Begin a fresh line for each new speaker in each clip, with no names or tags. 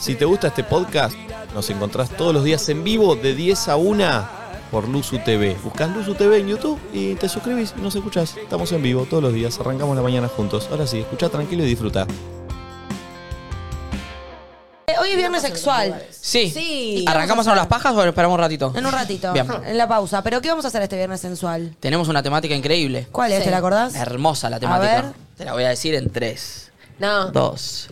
Si te gusta este podcast, nos encontrás todos los días en vivo de 10 a 1 por Luzu TV. Buscás Luzu TV en YouTube y te suscribís y nos escuchás. Estamos en vivo todos los días, arrancamos la mañana juntos. Ahora sí, escucha tranquilo y disfruta.
Eh, Hoy es viernes sexual.
Sí.
Sí.
¿Arrancamos a las pajas o lo esperamos un ratito?
En un ratito.
Bien.
En la pausa. ¿Pero qué vamos a hacer este viernes sensual?
Tenemos una temática increíble.
¿Cuál es?
Sí.
¿Te la acordás?
Hermosa la temática.
ver. Ah.
Te la voy a decir en 3,
No.
2,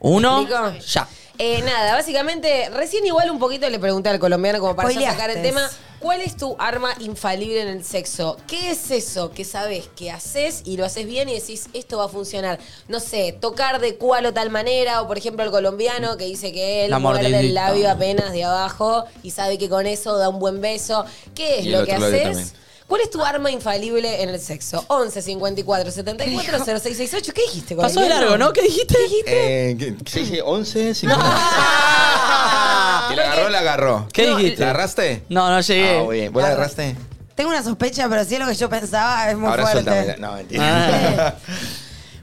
1.
¿Explico?
Ya.
Eh, nada, básicamente, recién igual un poquito le pregunté al colombiano como para ya
Spoileaste.
sacar el tema. ¿Cuál es tu arma infalible en el sexo? ¿Qué es eso que sabes que haces y lo haces bien y decís esto va a funcionar? No sé, tocar de cual o tal manera, o por ejemplo el colombiano que dice que él
La
muerde el
mordidita.
labio apenas de abajo y sabe que con eso da un buen beso. ¿Qué es
Y el
lo
otro
que
labio
haces?
también.
¿Cuál es tu arma infalible en el sexo? 11 54 74 0668. ¿Qué dijiste,
Pasó de
colombiano?
largo, ¿no? ¿Qué dijiste?
Eh, ¿qué- sí, sí, 11, 50.
Ah,
¿Que la agarró, la agarró?
¿Qué dijiste?
¿La agarraste?
No, no llegué.
Ah, muy bien. ¿Vos la agarraste?
Tengo una sospecha, pero si es lo que yo pensaba, es muy
Ahora suéltame.
fuerte.
No,
Ah.
mentira.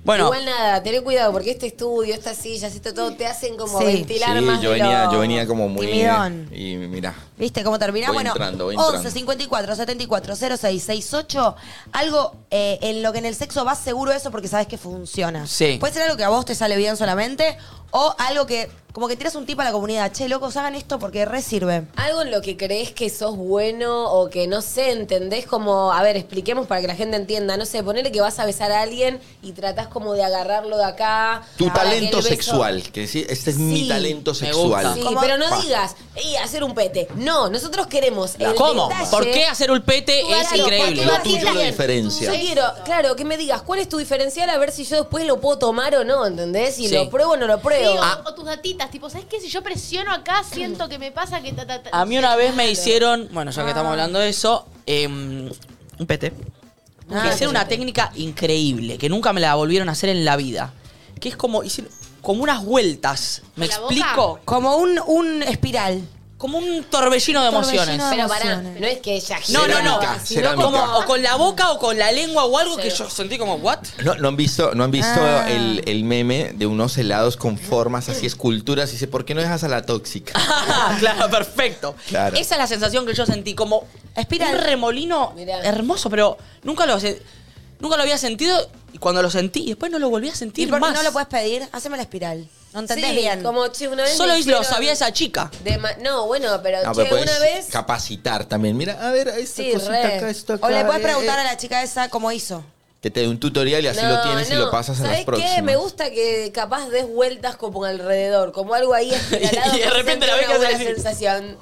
Bueno,
Igual nada, tener cuidado porque este estudio, estas sillas, esto todo te hacen como
Sí.
ventilar más.
Sí, yo
de lo-
venía, yo venía como muy...
Timidón.
Y mira,
¿Viste cómo termina?
Voy
bueno,
entrando, voy
11
entrando.
54 74 06 68. Algo eh, en lo que en el sexo vas seguro eso porque sabes que funciona.
Sí.
Puede ser algo que a vos te sale bien solamente o algo que, como que tiras un tip a la comunidad. Che, locos, hagan esto porque re sirve.
Algo en lo que crees que sos bueno o que no sé, entendés como, a ver, expliquemos para que la gente entienda, no sé, ponerle que vas a besar a alguien y tratás como de agarrarlo de acá.
tu
para que el
talento
beso-
sexual. Que sí, este es
Sí,
mi talento
me
sexual.
gusta.
Sí,
¿Cómo?
pero no
Pa.
digas, y hacer un pete. No, nosotros queremos. El
¿cómo?
detalle-
¿Por qué hacer un pete
Claro,
es
porque
increíble?
va
Lo
a ser
tuyo, la
bien.
diferencia.
Yo quiero, claro, que me digas cuál es tu diferencial a ver si yo después lo puedo tomar o no, ¿entendés? Si
Sí.
lo pruebo o no lo
Sí,
pruebo.
o, o tus datitas, tipo, ¿sabes qué? Si yo presiono acá, siento que me pasa que... ta, ta, ta.
A mí una vez me hicieron, bueno, ya que estamos hablando de eso, eh, un PT.
Ah,
que hicieron una técnica increíble, que nunca me la volvieron a hacer en la vida. Que es como, hicieron como unas vueltas. ¿Me
¿La
explico?
Como un, un espiral.
Como un torbellino de
Torbellino.
emociones.
Pero pará,
Ah.
Emociones.
no es que ella
No, no, no.
gira, sino
Cerámica.
Como,
como-
o con la boca o con la lengua o algo que
Sí.
yo sentí como, ¿what?
No, no han visto, no han visto
Ah.
el, el meme de unos helados con formas así, esculturas. Y dice, ¿por qué no dejas a la tóxica?
Ah, claro, perfecto.
Claro.
Esa es la sensación que yo sentí, como
Espiral.
un remolino
Mirá.
hermoso, pero nunca lo, se- nunca lo había sentido y cuando lo sentí, después no lo volví a
¿Y
sentir
por qué
más.
no lo puedes pedir? Haceme la espiral. No entendés
Sí,
bien.
Como, che, una vez
Solo
me
lo
hicieron
sabía esa chica.
de ma- no, bueno, pero
No,
che,
Ah,
pues
pero puedes
una vez.
capacitar también. Mira, a ver, esta
Sí,
cosita
re.
acá, esto acá.
o le puedes
eh,
preguntar
eh.
a la chica esa cómo hizo.
Que te dé un tutorial y así
No,
lo tienes y
no.
lo pasas en las
¿Sabés
próximas.
qué? Me gusta que capaz des vueltas como alrededor, como algo ahí estirado.
Y de repente la ves que hace así.
sensación.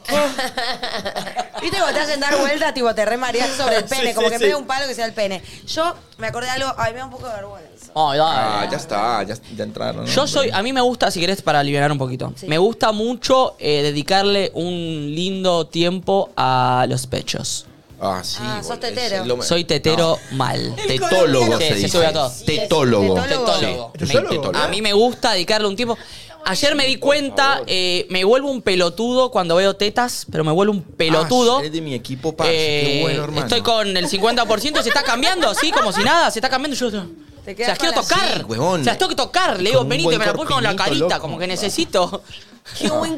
Viste cuando te hacen dar vueltas, tipo, te remareas sobre el pene,
Sí,
como
sí,
que
sí.
pega un palo que sea el pene. Yo me acordé de algo, ay, me da un poco de vergüenza.
Ay, dale.
Ah, ya está, ya, ya entraron. ¿no?
Yo soy, a mí me gusta, si querés, para liberar un poquito. Me gusta mucho eh, dedicarle un lindo tiempo a los pechos.
Ah, sí.
Ah, sos
boludo,
tetero.
es lo me-
Soy tetero mal.
No, Tetólogo
Sí,
se
se
dice.
sube a todo.
Tetólogo.
Tetólogo.
Tetólogo.
Sí. Tetólogo.
A mí me gusta dedicarle un tiempo. Ayer me di cuenta, eh, me vuelvo un pelotudo cuando veo tetas, pero me vuelvo un pelotudo.
Ah, eres de mi equipo, parce,
Eh,
qué bueno, hermano.
Estoy con el 50%, se está cambiando, así como si nada, se está cambiando. Yo,
Te
se
quedas
las quiero
con la-
tocar.
Sí, huevón.
se las tengo que tocar. Le digo,
Con un
venite,
buen
me la pongo con la
corpinito,
carita,
loco.
como que necesito.
¡Qué buen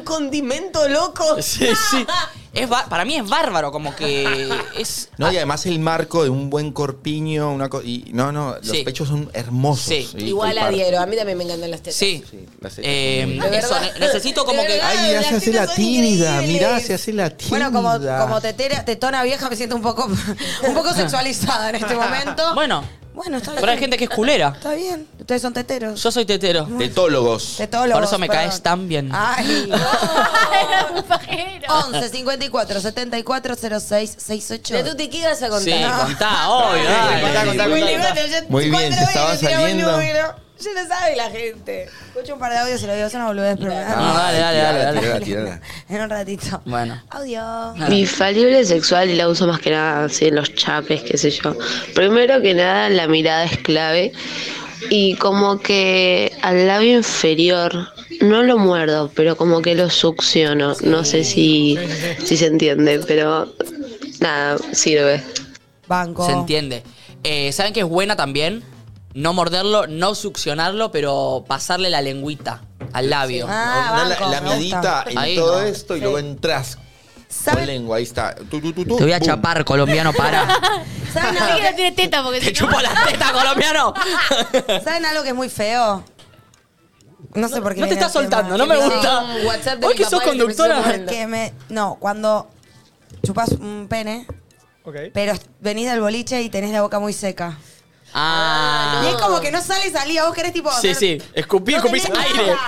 condimento, loco!
Sí, sí. Es ba- para mí es bárbaro, como que es.
No, y además el marco de un buen corpiño, una co- y no, no, los
Sí.
pechos son hermosos.
Sí.
Igual
par-
adhiero, a mí también me encantan las tetas.
Sí.
Sí, las tetas
Eh,
son muy
De
eso,
verdad.
ne- necesito como
De
que.
verdad.
Ay, ya
Las
se hace
tetas
la
son
tímida,
increíbles.
mirá, se hace la tímida.
Bueno, como,
Ah.
como tetera- tetona vieja me siento un poco, un poco sexualizada en este momento.
Bueno.
Bueno, está bien.
Pero hay gente que es culera.
Está bien, ustedes son teteros.
Yo soy tetero.
Tetólogos.
Tetólogos,
Por eso me
perdón.
caes tan bien.
Ay.
Era un pajero.
11 54 74 06 68.
De Tuti, ¿qué ibas a
Sí,
contar?
contá, obvio. dale.
contá, contá,
Muy
contá.
librado, ya
Muy bien,
cuatro
se
veces
estaba
tiraba el
saliendo.
número. Ya lo sabe la gente. Escucho un par de audios y lo digo, es una boludez, pero...
No, dale, dale, dale, dale.
Tírala, tírala.
En un ratito.
Bueno.
Audio.
Mi falible sexual y la uso más que nada así en los chapes, qué sé yo. Primero que nada, la mirada es clave. Y como que al labio inferior, no lo muerdo, pero como que lo succiono. No sé si, si se entiende, pero nada, sirve.
Banco.
Se entiende. Eh, ¿Saben que es buena también? No morderlo, no succionarlo, pero pasarle la lengüita. al labio.
Ah,
Onda
banco,
la, la
me gusta.
miedita en
Ahí
todo
no.
esto y luego entras con
¿Saben,
lengua. Ahí está. Tu, tu, tu, tu,
Te voy a
boom.
chapar, colombiano, para.
¿saben
Así que
algo
no tiene teta porque
¡Te
si no-
chupo la teta, colombiano!
que, ¿Saben algo que es muy feo? No sé por qué.
No te
viene
estás
el tema.
soltando, no me gusta.
un WhatsApp de
Hoy
mi
que
papá
sos
y le ofrecí un
conductora.
momento.
Porque me. No, cuando chupas un pene, pero venís del boliche y tenés la boca muy seca.
Ah.
Y es como que no sale y salía. Vos querés tipo.
Sí,
hacer-
sí. Escupí,
No
escupís
tenés
aire.
nada.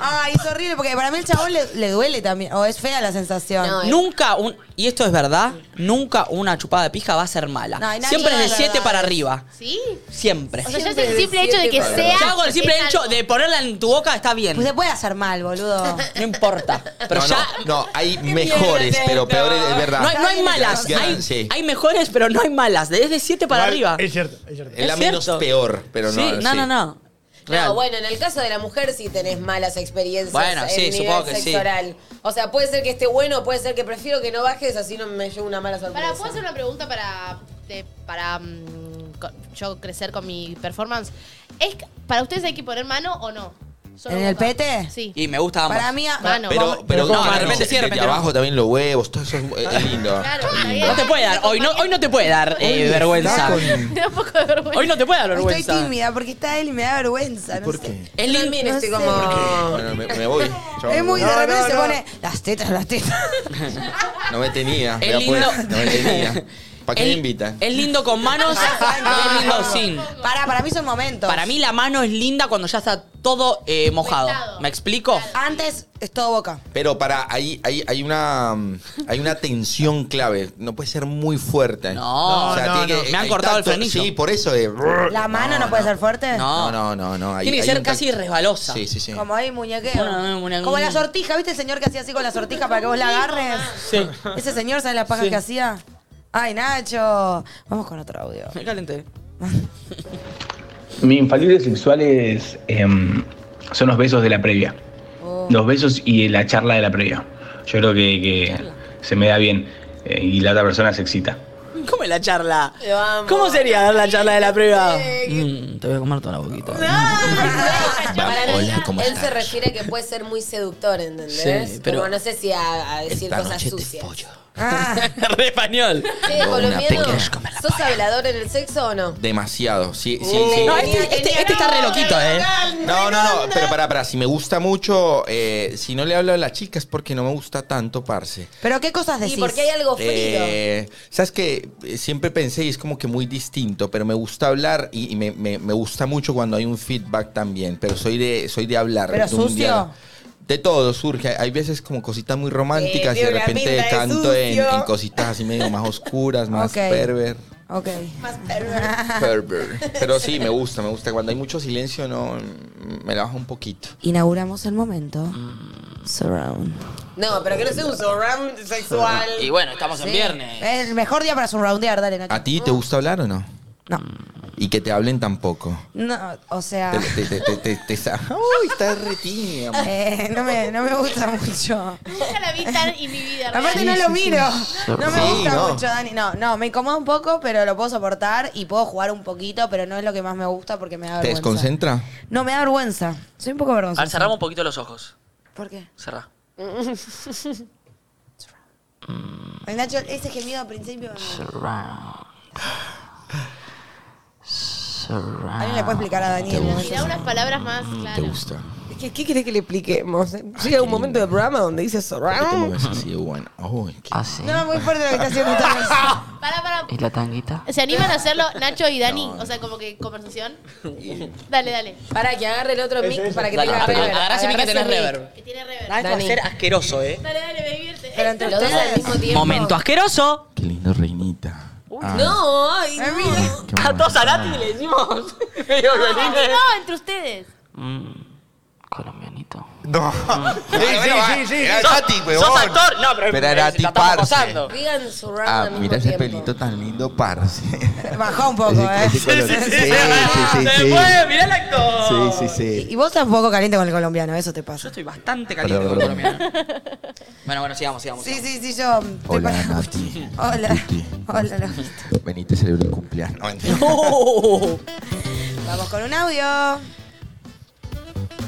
Ay, es horrible, porque para mí el chabón le, le duele también. O es fea la sensación.
No,
Nunca un. Y esto es verdad, nunca una chupada de pija va a ser mala.
No, y nadie
Siempre es de
es
7
verdad.
para arriba.
Sí.
Siempre.
O sea,
Siempre
ya el
de
simple hecho de que
siete
sea.
para-
Ya hago el simple
es
hecho
algo.
de ponerla en tu boca está bien.
Pues te puede hacer mal, boludo.
No importa. Pero
no,
ya.
no, no, hay mejores, pero peores es verdad.
No hay, no hay
Está bien,
malas.
está bien.
Hay,
Sí.
hay mejores, pero no hay malas. Es de 7 para arriba.
Es cierto, es cierto.
es la
es
menos
cierto.
peor, pero no.
sí, no,
sí.
no, no. Real.
No, bueno, en el caso de la mujer sí tenés malas experiencias
Bueno,
en
sí,
nivel
supongo que
sexo
sí.
oral. O sea, puede ser que esté bueno, puede ser que prefiero que no bajes, así no me llevo una mala sorpresa.
Para, ¿puedo hacer una pregunta para, de- para mm, co- yo crecer con mi performance? ¿Es, ¿Para ustedes hay que poner mano o no? Solo
¿En el
boca.
pete?
Sí.
Y me gusta ambas.
Para mí. Eh,
Mano.
Pero, pero
No, de
mano,
repente sí, de repente no.
abajo también los huevos, todo eso es muy- es lindo.
Claro, está bien.
No te puede dar. Hoy no, hoy no te puede dar eh, vergüenza.
Me da un poco de vergüenza.
Hoy no te puede dar
Hoy Estoy
vergüenza.
tímida porque está él y me da vergüenza. No
¿Por
sé.
qué?
Es lindo.
También
No
estoy
sé.
como...
Bueno, me, me voy. Yo
Es muy
no,
de repente
no,
se
no.
pone las tetas, las tetas.
No me tenía.
Es
vea, pues,
lindo.
no me tenía. ¿Para qué
es,
me invitan?
Es lindo con manos y es lindo sin.
Para, para mí son momentos.
Para mí la mano es linda cuando ya está todo eh, mojado.
Mezclado.
¿Me explico?
Antes es todo boca.
Pero para, hay, hay, hay una mm, hay una tensión clave. No puede ser muy fuerte.
No,
no,
no. Me han cortado el
frenillo.
frenillo.
Sí, por eso es.
La mano no, puede ser fuerte.
No.
No, no, no, no. hay-
Tiene que
hay
ser
un
casi
tac-
resbalosa.
Sí, sí, sí.
Como ahí, muñequeo.
No, no, muñequeo.
Como la sortija, ¿viste el señor que hacía así con la sortija para que vos la agarres?
Sí.
Ese señor, ¿sabes las pajas que hacía? Ay, Nacho. Vamos con otro audio.
Me calenté.
Mis infalibles sexuales em, son los besos de la previa. Los besos y la charla de la previa. Yo creo que, que se me da bien eh, y la otra persona se excita.
¿Cómo es la charla?
Lo amo.
¿Cómo sería dar la charla de la prueba? Mm, te voy a comer toda la boquita.
Para mí,
Hola, ¿cómo
él
estás?
se refiere a que puede ser muy seductor, ¿entendés?
Sí, pero-
Como no sé si a, a decir
Esta
cosas
noche te
sucias.
follo.
Ah,
Re español.
Sí,
Tengo una
colombiano,
pequeña-
¿sos hablador en el sexo o no?
Demasiado. Sí, sí, sí.
No, este, este- este está re loquito, ¿eh?
No, no, no, pero para, para, si me gusta mucho, eh, si no le hablo a las chicas es porque no me gusta tanto, parce.
Pero qué cosas decís.
Y porque hay algo frío.
Eh, Sabes que siempre pensé y es como que muy distinto, pero me gusta hablar y, y me, me- me gusta mucho cuando hay un feedback también, pero soy de, soy de hablar.
Pero
de un
sucio.
diálogo. De todo surge, hay veces como cositas
Eh,
muy románticas
Sí,
y de
tiene una
repente
pinta de
canto en,
sucio.
en cositas así medio más oscuras, más
Ok.
perver.
Ok.
perver. Pero sí, me gusta, me gusta. Cuando hay mucho silencio, no, me la baja un poquito.
Inauguramos el momento. Surround.
No, pero que no sea un surround sexual.
Y bueno, estamos en viernes.
Es el mejor día para surroundear, dale, Nacho.
¿A ti te gusta hablar o no? Ah.
No.
Y que te hablen tampoco.
No, o sea.
Te, te, te, te, te, te sa- Uy, estás re tímida, amor.
eh, no, me, no me gusta mucho.
Nunca la vi tan inhibida.
Aparte no
realmente.
lo miro. No me
Sí,
gusta
no.
mucho, Dani. No, no, me incomoda un poco, pero lo puedo soportar y puedo jugar un poquito, pero no es lo que más me gusta porque me da
¿Te
vergüenza.
desconcentra?
No, me da vergüenza. Soy un poco vergonzosa.
un poquito los ojos.
¿Por qué?
Cerrá.
Ay, Nacho, ese gemido al principio. ¿Alguien le puede explicar a Daniel?
Y da unas palabras más, claro.
Mm, gusta.
¿Qué, ¿Qué querés que le expliquemos? Llega un momento de programa donde "Ah". dice
¿Por qué te
surround.
mueves así, bueno? Uy, qué-
Así.
No, muy fuerte lo que está haciendo Dani.
Para, para.
¿Y la tanguita?
¿Se animan a hacerlo Nacho y Dani? O sea, como que conversación. Dale, dale.
Para que agarre el otro mic para que
Dale,
tenga reverb.
agarrás el mic que tenés
Agarrás el
reverb.
Que tiene reverb.
Esto va a
Dani.
ser asqueroso, ¿eh?
Dale, dale, me divierte.
Pero entre
Los dos al
ustedes.
mismo tiempo.
Momento asqueroso.
Qué lindo reinita. Ah,
No, ay,
Me
no.
mira.
qué
A
bueno.
todos a Nati le decimos. Medio
No,
violines.
no, entre ustedes.
Colombianito.
Sí, sí, sí, sí. Era Nati,
¿Sos
huevón.
actor? No, pero,
Pero era
la
Nati
estamos
Parce.
gozando.
Digan surround.
Ah,
al mismo
mira ese
tiempo.
pelito tan lindo, parce.
Bajó un poco,
Ese-
¿eh?
ese color-
Sí, sí,
sí, sí,
Se
sí.
fue, mirá el actor.
Sí, sí, sí.
Y vos tampoco caliente con el colombiano, eso te
Yo
pasa.
estoy bastante caliente
Perdón,
con
perdón.
colombiano. Bueno, bueno, sigamos, sigamos.
Sí,
sigamos.
sí, sí, yo. estoy
Hola,
para-
Nati.
Hola.
Tuti.
Hola, Lojito.
Vení, te celebro el cumpleaños. No, mentira.
Oh.
Vamos con un audio.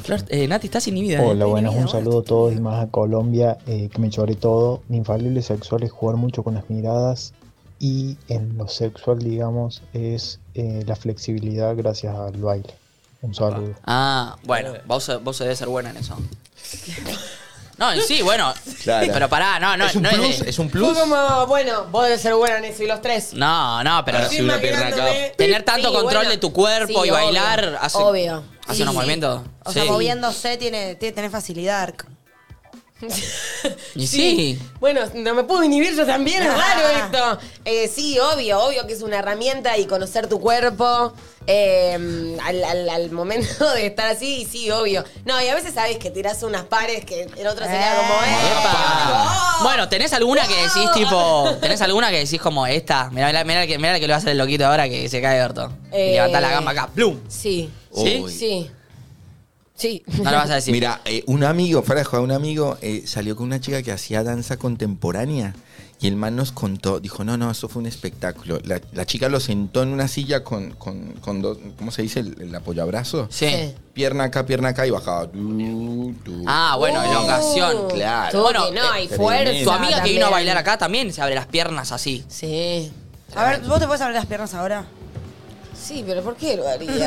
Flor, eh, Nati, estás inhibida. eh.
Hola, buenas,
Bienvenida,
un
hola.
saludo a todos y más a Colombia, eh, que me choré todo. Mi infalible sexual es jugar mucho con las miradas y en lo sexual, digamos, es eh, la flexibilidad gracias al baile. Un saludo.
Ah, bueno,
Eh.
vos, vos debes ser buena en eso. No, en sí, bueno.
Claro.
Pero pará, no, no,
¿Es un
no
plus?
es. de-
¿Es un
Fue
plus?
como, bueno, vos debes ser buena en eso y los tres.
No, no, pero
Ahora sí, una pierna acá.
imaginándome-
tener tanto
Sí,
control
bueno.
de tu cuerpo
Sí,
y
obvio.
bailar hace,
Obvio.
hace
Sí,
unos
sí.
movimientos.
O sea,
sí.
moviéndose tiene, tiene, tenés facilidad. Arco.
Y sí.
Bueno, no me puedo inhibir yo también, es raro esto. Eh, sí, obvio, obvio que es una herramienta y conocer tu cuerpo eh, al, al- al momento de estar así, y sí, obvio. No, y a veces sabes que tirás unas pares que el otro sería
Eh.
como, eh,
Epa.
¡Oh!
Bueno, ¿tenés alguna que decís tipo. ¿Tenés alguna que decís como esta? Mirá, mirá, mirá, la que, mirá la que le va a hacer el loquito ahora que se cae Berto.
Eh.
Y levantá la gamba acá. ¡Plum!
Sí,
¿Sí?
Uy.
sí. Sí.
No lo vas a decir.
Mira, eh, un amigo, fuera de joda, un amigo eh, salió con una chica que hacía danza contemporánea y el man nos contó, dijo, no, no, eso fue un espectáculo. La, la chica lo sentó en una silla con, con, con dos, ¿cómo se dice? El, el apoyabrazo.
Sí.
Sí.
Pierna acá, pierna acá y bajaba. Du, du.
Ah, bueno,
Oh.
elongación.
Claro.
Tuvo
Bueno,
que- no, hay
eh,
fuerza.
Tu amiga que vino a
también.
bailar acá también se abre las piernas así.
Sí.
A ver, ¿vos te puedes abrir las piernas ahora?
Sí, pero ¿por qué lo haría?
En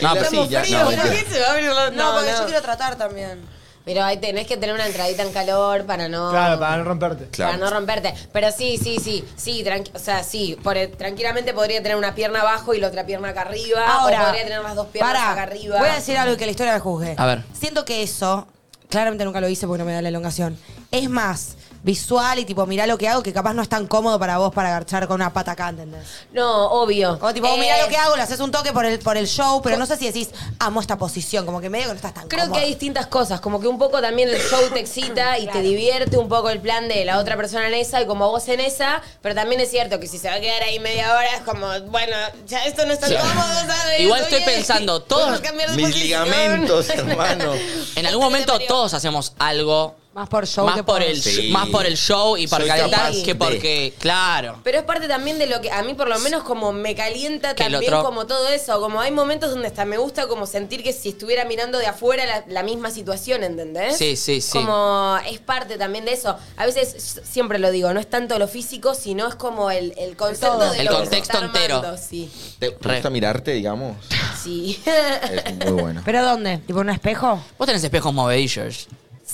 la
pero-
silla, no,
Frío, ¿por
mentira.
qué se va a abrir la-
No, porque yo quiero tratar también.
Pero ahí tenés que tener una entradita en calor para no.
Claro, para no romperte.
Claro.
Para no romperte. Pero sí, sí, sí, sí, tranqui- o sea, sí, por- e, tranquilamente podría tener una pierna abajo y la otra pierna acá arriba.
Ahora,
o podría tener las dos piernas
pará,
acá arriba.
Voy a decir algo que la historia me juzgue.
A ver.
Siento que eso, claramente nunca lo hice porque no me da la elongación. Es más visual y tipo, mirá lo que hago, que capaz no es tan cómodo para vos para agarchar con una pata acá, ¿entendés?
No, obvio.
O tipo,
Eh,
mirá lo que hago, le haces un toque por el, por el show, pero no sé si decís, amo esta posición, como que medio que no estás tan
Creo que
cómodo.
hay distintas cosas, como que un poco también el show te excita y te divierte un poco el plan de la otra persona en esa y como vos en esa, pero también es cierto que si se va a quedar ahí media hora es como, bueno, ya esto no está tan cómodo, ¿sabes?
Igual estoy
Oye,
pensando, todos-
podemos cambiar de
Mis
posición.
ligamentos, hermano.
En algún momento todos hacemos algo
Más por show
más
que
por, el,
Sí.
más por el show y por
Soy
calentar
capaz
que
de-
porque, claro.
Pero es parte también de lo que a mí por lo menos como me calienta
Que el
también
otro-
como todo eso, como hay momentos donde hasta me gusta como sentir que si estuviera mirando de afuera la, la misma situación, ¿entendés?
Sí, sí, sí.
Como es parte también de eso. A veces s- siempre lo digo, no es tanto lo físico, sino es como el, el concepto
Todo.
de
El
lo que
contexto
se está armando.
entero. Eh,
Sí,
¿Te te gusta mirarte, digamos?
sí.
Es muy bueno.
¿Pero dónde? ¿Tipo un espejo?
Vos tenés espejos movedillos.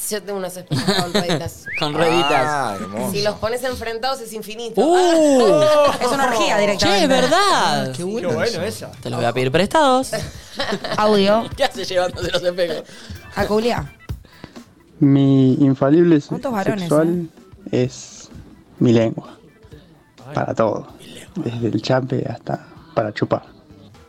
Yo tengo unos espejos con rueditas.
Con rueditas.
Ah, hermoso.
Si los pones enfrentados es infinito.
¡Uh!
Es una orgía directamente.
Che, es verdad.
Qué
Qué
bueno.
bueno esa.
Te los voy a pedir prestados.
Audio.
¿Qué hace llevándose los espejos?
A Julia.
Mi infalible se-
¿Cuántos varones, eh?
sexual es mi lengua. Para todo. Desde el chape hasta para chupar.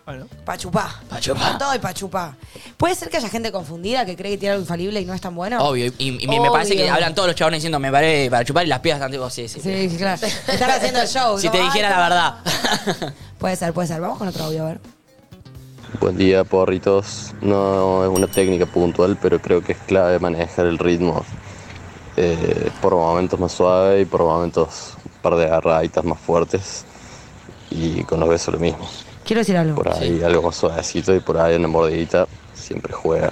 Bueno,
Pachupá.
Pachupá.
Todo y pachupá. ¿Puede ser que haya gente confundida que cree que tiene algo infalible y no es tan bueno?
Obvio. Y, y- y me parece que
Obvio.
hablan todos los chabones diciendo, me paré para chupar y las pibas están tipo, sí, sí.
Sí, sí, claro. Están haciendo el show.
Si
como,
te
"Ay,
dijera la
cómo".
verdad.
Puede ser, puede ser. Vamos con otro audio, a ver.
Buen día, porritos. No es una técnica puntual, pero creo que es clave manejar el ritmo. eh, por momentos más suave y por momentos un par de agarraditas más fuertes. Y con los besos lo mismo.
Quiero decir algo.
Por ahí algo más suavecito y por ahí una mordidita siempre juega.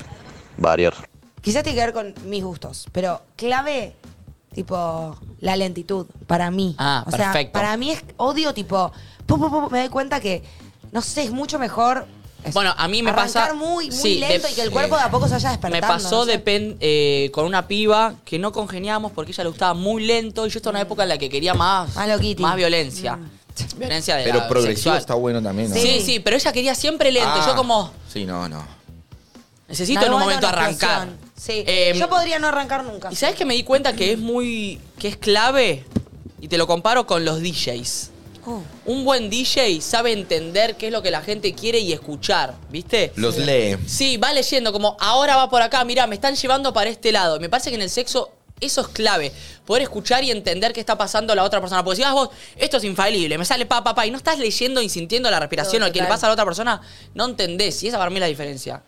Barrier.
Quizás tiene que ver con mis gustos, pero clave, tipo, la lentitud, para mí.
Ah,
o Sea,
perfecto.
para mí es odio, tipo, pum, pum, pum, me doy cuenta que, no sé, es mucho mejor. es-
Bueno, a mí me
arrancar
pasa-
muy, muy
sí,
lento
de- eh,
y que el cuerpo de a poco se vaya
Me
despertando.
pasó
no sé.
de pen- eh, con una piba que no congeniábamos porque ella le gustaba muy lento y yo estaba en una época en la que quería más,
Mm. Más loquiti. Mm.
más violencia. Violencia de
Pero
la
progresivo
ah, sexual.
está bueno también, ¿no?
Sí, sí, pero ella quería siempre lento.
Ah,
Yo como,
Sí, no, no.
necesito
Me
en un
aguanta
momento
una
arrancar.
explosión. Sí.
Eh,
Yo podría no arrancar nunca.
¿Y sabes que me di cuenta que es muy. que es clave? Y te lo comparo con los DJs.
Uh.
Un buen DJ sabe entender qué es lo que la gente quiere y escuchar, ¿viste?
Los lee.
Sí, va leyendo como ahora va por acá, mirá, me están llevando para este lado. Me parece que en el sexo eso es clave. Poder escuchar y entender qué está pasando a la otra persona. Porque si vas vos, esto es infalible, me sale pa, pa, pa, y no estás leyendo y sintiendo la respiración
No,
o el que le
total.
pasa a la otra persona, no entendés. Y esa para mí es la diferencia.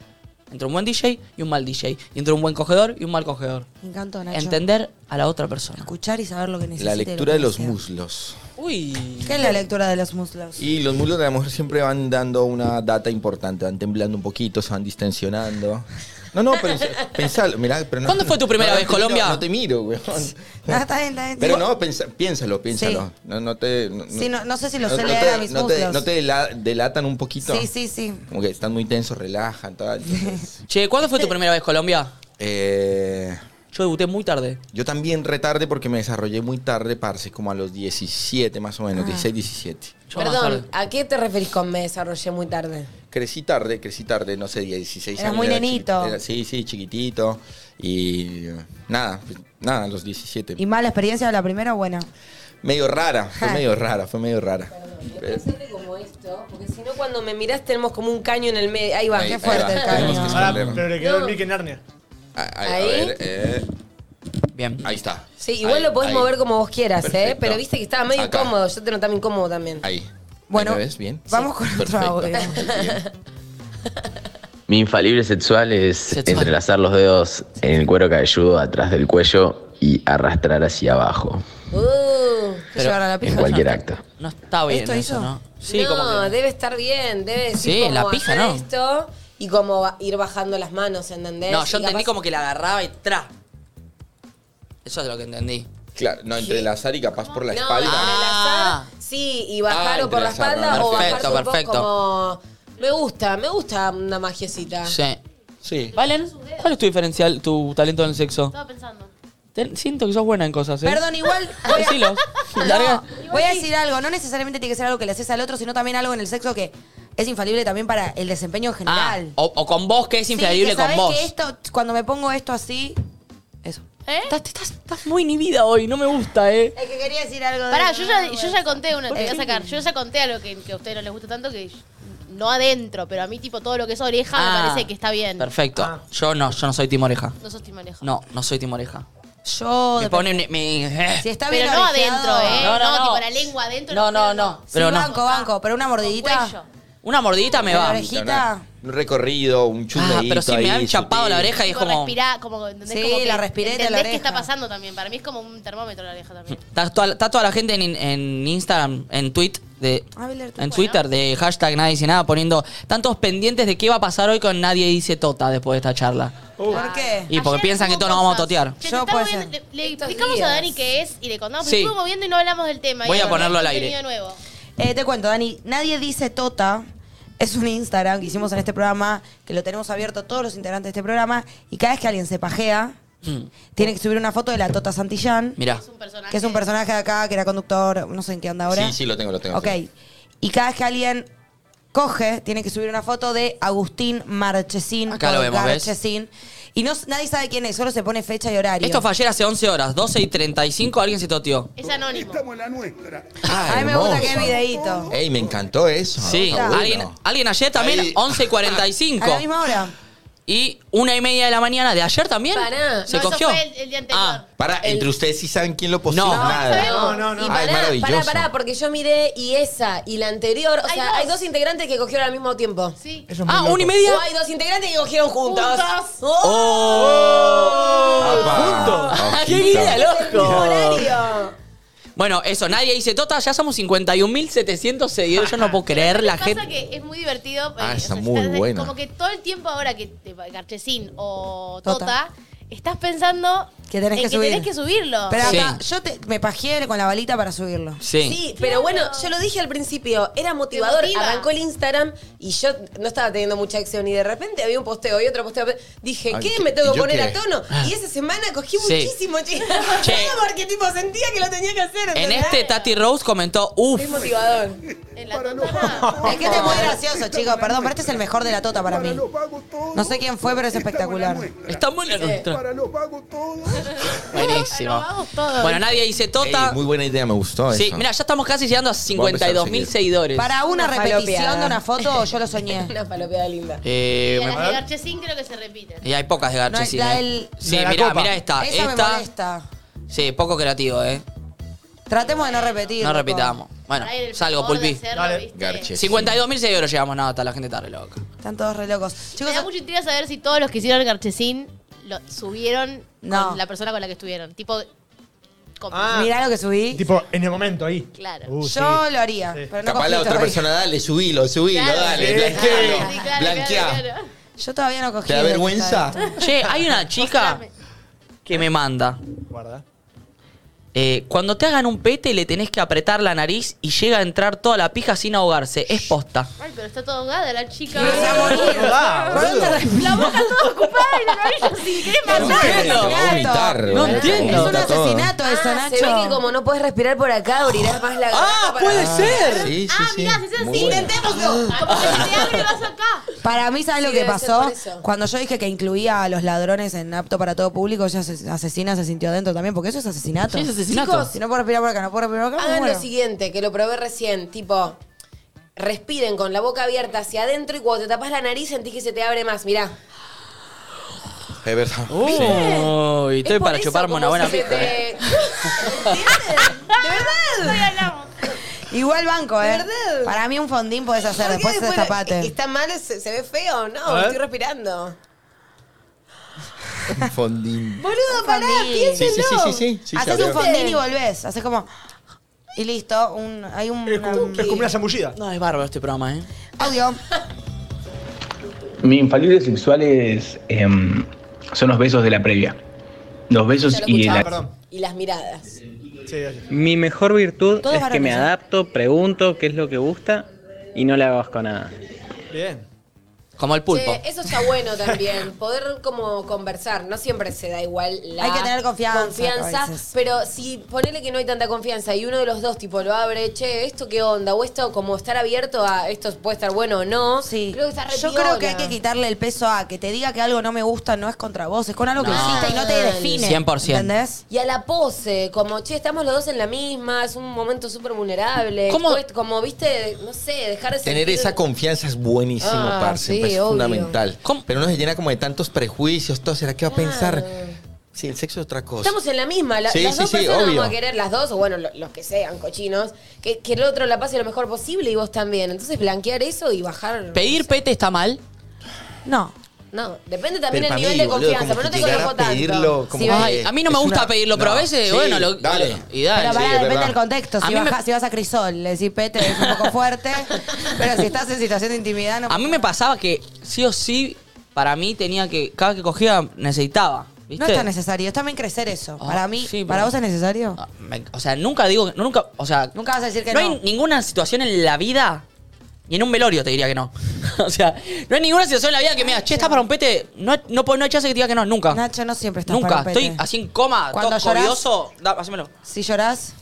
Entre un buen DJ y un mal DJ. Y entre un buen cogedor y un mal cogedor.
Me encantó, Nacho.
Entender a la otra persona.
Escuchar y saber lo que necesita.
La
y lo
lectura
que
de los
desea.
muslos.
Uy.
¿Qué es la lectura de los muslos?
Y los muslos de la mujer siempre van dando una data importante, van temblando un poquito, se van distensionando. No, no, pero pensalo, mirá, pero no.
¿Cuándo fue tu primera
no, no
vez,
te miro,
Colombia?
no te miro, weón.
Ah, está bien, está bien.
Pero
Sí.
no, pensa- piénsalo, piénsalo. No, no te. No,
Sí, no- no sé si lo sé
no
leer
te-
a mis
no te,
muslos.
no te dela- delatan un poquito.
Sí, sí, sí.
Como que están muy tensos, relajan, tal. entonces,
Che, ¿cuándo fue tu primera vez, Colombia?
eh,
Yo debuté muy tarde.
yo también retarde porque me desarrollé muy tarde, parce, como a los 17 más o
Ah.
menos, 16, 17.
Yo más
Perdón,
tarde.
¿a qué te referís con me desarrollé muy tarde?
Crecí tarde, crecí tarde, no sé, 16
Eras
años.
muy
era
nenito.
chiqui- era- sí, sí, chiquitito. Y nada, pues, nada, a los 17.
¿Y mala experiencia de la primera o buena?
Medio rara, fue
Ja.
medio rara, fue medio rara. Eh,
como esto, porque si no cuando me mirás tenemos como un caño en el medio. Ahí va.
ahí- ahí
fuerte
va,
el
tenemos
caño.
que
Ahora,
esconderlo.
Pero le quedó el mic en Narnia.
Ah, Ahí, a
Ahí.
ver, eh,
Bien.
ahí está.
Sí, igual
Ahí,
lo podés
ahí.
mover como vos quieras, ¿eh?
Perfecto.
Pero viste que estaba medio
Acá.
incómodo. Yo te notaba incómodo también.
Ahí.
Bueno,
Ahí me ves, bien.
Vamos con otro
Perfecto.
audio.
Mi infalible sexual es
Sexual.
entrelazar los dedos en el cuero cabelludo atrás del cuello y arrastrar hacia abajo
Uh,
Pero-
llevar a la
en
pija.
cualquier acto.
No está bien
¿Esto
eso,
hizo?
¿no? Sí,
no,
como que...
debe estar bien, debe decir
Sí,
cómo
la pija,
hacer
¿no?
esto y cómo va- ir bajando las manos, ¿entendés?
No,
Y
yo entendí
capaz-
como que la agarraba y tra. Eso es lo que entendí.
Claro, no, entrelazar y capaz por la
No,
espalda.
Ah.
entrelazar, sí, y bajar
Ah,
o por la
entrelazar,
espalda
no,
o bajar
perfecto,
un poco
perfecto.
como... Me gusta, me gusta una
Ah.
magiecita.
Sí.
Sí.
Valen, ¿cuál es tu diferencial, tu talento en el sexo?
Estaba pensando.
Te- siento que sos buena en cosas, ¿eh?
Perdón, igual.
Decilos. Larga.
Voy a decir algo, no necesariamente tiene que ser algo que le haces al otro, sino también algo en el sexo que es infalible también para el desempeño en
Ah,
general.
o, o con vos, que es
Sí,
infalible
que
con
sabés
vos.
que esto, cuando me pongo esto así, eso.
¿Eh?
Estás, estás- estás muy inhibida hoy, no me gusta, ¿eh?
Es que quería decir algo.
Pará, yo ya, yo ya conté una, te voy a sacar. Yo ya conté algo que, que a ustedes no les gusta tanto que yo- no adentro, pero a mí tipo todo lo que es oreja
Ah,
me parece que está bien.
Perfecto. Yo no, yo no soy timoreja.
No sos timorejo.
No, no soy timoreja.
Yo.
Me
depende.
pone... un- me- eh.
Si está bien
Pero no adentro,
orejeado-
¿eh?
No,
No,
no, no.
tipo la lengua adentro.
No, no,
pero
no.
Sí,
Pero no.
banco, banco, pero una
Con
mordidita.
cuello.
Una mordidita me
Pero
va.
orejita.
Una- Un recorrido, un chuleito
Ah, pero sí me han
ahí,
chapado
sutil.
la oreja y es
Tipo,
como...
respirá, como, ¿entendés?
Sí,
como que
la respireta de la
entendés qué está
oreja.
pasando también. Para mí es como un termómetro la oreja también.
Está toda, está toda la gente en, en Instagram, en tweet de
Ah, Beler, tú.
en Twitter de hashtag nadie dice nada poniendo tantos pendientes de qué va a pasar hoy con nadie dice tota después de esta charla.
¿Por qué?
Y porque
Ayer
piensan que
hubo
todos nos vamos a
cosas.
totear.
Che, te
Yo
estás
puede
moviendo-
ser.
Ah, Le, le
Estos
explicamos
días.
a Dani qué es y le contamos,
Sí.
pero estuvimos moviendo y no hablamos del tema.
Voy
Y
a
ahora
ponerlo al aire.
contenido nuevo.
Eh, te cuento, Dani. Nadie dice Tota. Es un Instagram que hicimos en este programa, que lo tenemos abierto todos los integrantes de este programa. Y cada vez que alguien se pajea, tiene que subir una foto de la Tota Santillán.
Mm, Mirá.
Es un personaje.
Que es un personaje de acá, que era conductor, no sé en qué anda ahora.
Sí, sí, lo tengo, lo tengo.
Ok. Y cada vez que alguien coge, tiene que subir una foto de Agustín Marchesín.
Acá lo
o
vemos, ¿ves?
Garchesín. Y no, nadie sabe quién es, solo se pone fecha y horario.
Esto fue ayer hace 11 horas, 12 y 35 alguien se toteó.
Es anónimo.
Ah,
A mí me gusta que es
hermoso.
videíto.
Ey, me encantó eso.
Sí,
Está bueno.
alguien, alguien ayer también
Ahí.
11 y
A la
45
misma hora.
y una y media de la mañana de ayer también
Pará.
se
No, eso
cogió.
fue el- el día anterior.
Ah,
Para, entre ustedes sí saben quién lo posteó.
No.
Nada.
No, no, no.
Y
Ay,
pará,
maravilloso.
pará, pará, porque yo miré y esa y la anterior. O
Hay
sea,
dos.
hay dos integrantes que cogieron al mismo tiempo.
Sí.
Eso es muy
ah
loco.
una y media.
O hay dos integrantes que cogieron juntos. Oh,
Juntas.
Oh.
¡Oh!
Apa,
¡Qué
ojito.
vida, loco!
Horario.
Bueno, eso, nadie dice Tota, ya somos 51.700 seguidores, yo no puedo creer la
Lo que pasa
gente.
que es muy divertido. eh,
Ah, está
si
muy
estás-
buena.
Como que todo el tiempo ahora que te Garchesín o
Tota.
Tota, estás pensando
Que tenés
en
que subir.
tenés que subirlo.
Pero
Sí.
acá, yo te- me pajeé con la balita para subirlo.
Sí.
Sí, pero bueno, yo lo dije al principio, era motivador.
Te motiva.
Arrancó el Instagram y yo no estaba teniendo mucha acción y de repente había un posteo y otro posteo. Dije,
Ay,
¿qué?
¿qué?
¿Me tengo
¿Y
que
yo
poner
qué?
a tono? Y esa semana cogí
Sí.
muchísimo, chicos.
Che.
porque tipo sentía que lo tenía que hacer.
En
¿entendés?
este, Tati Rose comentó, uff,
Es motivador.
En la tota,
Es que este es muy gracioso, chicos. Perdón, pero este es el mejor de la tota para mí. No sé quién fue, pero es espectacular.
está muy nuestra.
Nos
Buenísimo.
vamos todos.
Bueno, nadie dice Tota.
Ey, muy buena idea, me gustó
Sí,
eso.
mira, ya estamos casi llegando a 52.000
seguir.
seguidores.
Para una
Una
repetición de
falopeada.
una foto, yo lo soñé.
Una palopeada linda.
Eh,
y a
me-
las de Garchesín creo que se repiten.
y hay pocas de Garchesín.
No, la
eh.
del-
sí,
la de la
mira,
copa.
mira esta.
Esa me
Esta.
molesta.
Sí, poco creativo, eh.
Tratemos de no repetir.
No
loco.
repitamos. Bueno,
Ahí el
salgo,
favor de
pulpí.
hacerlo,
Dale.
¿viste?
Garche.
52.000 seguidores llegamos, no, hasta la gente está re loca.
Están todos re locos. Chicos,
Me da mucha intriga saber si todos los que hicieron Garchesín lo subieron
No.
con la persona con la que estuvieron. Tipo, con-
Ah,
mirá lo que subí.
tipo, en el momento ahí.
Claro.
Uh, sí.
Yo lo haría,
Sí.
pero no
Capaz
eh.
la
confío
otra
todavía.
persona, dale, subilo, subilo,
Claro.
dale,
Sí,
blanquealo,
claro, claro,
blanqueá.
claro.
Yo todavía no cogí.
¿Te da
el de
vergüenza?
Picareta.
Che, hay una chica que me manda.
Guarda.
Eh, cuando te hagan un pete le tenés que apretar la nariz y llega a entrar toda la pija sin ahogarse. Es posta.
Ay, pero está toda ahogada la chica.
La
boca toda ocupada y la nariz sin quema.
No entiendo.
Vomitar,
No
boludo.
entiendo.
Vomita
Es un
todo.
Asesinato eso,
Ah,
Nacho.
Se ve que como no puedes respirar por acá, abrirás más la garganta para-
puede ser.
Sí,
ah,
sí, sí.
Mirá, si es
Muy bueno.
así, intentémoslo. Como que
Ah,
se te abre, vas acá.
Para mí, ¿sabes
Sí,
lo que
debe ser
pasó?
por eso.
Cuando yo dije que incluía a los ladrones en apto para todo público, ya ases- asesina se sintió adentro también, porque eso es asesinato.
Sí, es asesinato.
Chicos, si no puedo respirar por acá, no puedo respirar por acá, me
Hagan
muero.
lo siguiente, que lo probé recién, tipo, respiren con la boca abierta hacia adentro y cuando te tapas la nariz sentís que se te abre más, mirá.
Es verdad.
Uy, estoy
Es por
para
eso
chuparme
como
una buena
se
pija. eh.
te- ¿Entienden? ¿De verdad?
Hoy hablamos.
Igual banco, ¿eh?
verdad?
Para mí un fondín podés hacer,
¿Por qué
después,
después
destapate.
¿Está mal? ¿Se, se ve feo? No,
ver.
estoy respirando.
Fondín.
Boludo, pará,
fondín.
Sí,
piénsenlo.
sí, sí, sí, sí. sí,
Haces
ya
un
veo.
fondín y volvés. Haces como... Y listo, un, hay un
Es como, es como una zambullida.
No, es bárbaro este programa, ¿eh?
audio.
Mis infalibles sexuales em, son los besos de la previa. Los
Ya
besos
lo
y
escuchaba,
la...
perdón.
Y las miradas.
Sí, gracias.
Mi mejor virtud
Todos
es que me
varones, ¿eh?
adapto, pregunto qué es lo que gusta y no le con nada.
Bien.
Como el pulpo.
Che, eso está bueno también, poder como conversar. No siempre se da igual la
Hay que tener confianza,
confianza,
a veces.
pero si ponele que no hay tanta confianza y uno de los dos tipo lo abre, che, esto qué onda, o esto como estar abierto a esto puede estar bueno o no.
Sí.
Creo que está re
Yo creo que hay
piola.
que quitarle el peso a que te diga que algo no me gusta no es contra vos, es con algo que
No.
hiciste y no te define.
100%.
¿Entendés?
Y a la pose, como, che, estamos los dos en la misma, es un momento súper vulnerable.
¿Cómo?
Después, como, viste, no sé, dejar de
Tener
sentir-
esa confianza es buenísimo,
Ah,
parce.
sí,
pues, es
obvio.
fundamental.
¿Cómo?
Pero no se llena como de tantos prejuicios, todo. ¿Será que va a pensar? Sí, el sexo es otra cosa.
Estamos en la misma, la-
Sí,
las
sí,
dos
sí,
personas
obvio.
vamos a querer, las dos, o bueno, lo- los que sean, cochinos, que, que el otro la pase lo mejor posible y vos también. Entonces, blanquear eso y bajar.
¿Pedir pete está mal?
No.
No, depende también
Pero
el
pa'
nivel
mí,
de
boludo,
confianza,
como
pero no
que
te
llegar
conozco
a
tanto.
pedirlo, como
Sí,
que-
Ay,
Ay, a mí no me
Eh, es
gusta
una-
pedirlo, pero a
no,
veces,
sí,
bueno, lo,
dale.
y dale.
Pero pará,
es
depende
verdad.
del contexto.
A
Si,
mí me-
baja- si vas a Crisol, le decís pete, es un poco fuerte. pero si estás en situación de intimidad, no.
A mí me pasaba que sí o sí, para mí tenía que. Cada vez que cogía, necesitaba. ¿viste?
No es tan necesario. Está bien crecer eso.
Ah,
para mí,
sí,
¿para
pero-
vos es necesario?
Ah, me- O sea, nunca digo. Nunca. O sea.
Nunca vas a decir que
no
no.
hay ninguna situación en la vida. Ni en un velorio te diría que no. o sea, no hay ninguna situación en la vida que me digas, che, estás para un pete. No, no, po- no hay chance que te diga que no, nunca.
Nacho, no siempre estás para
nunca.
un pete.
Estoy así en coma,
Cuando
todo
llorás-
curioso. Da, hacémelo.
Si llorás,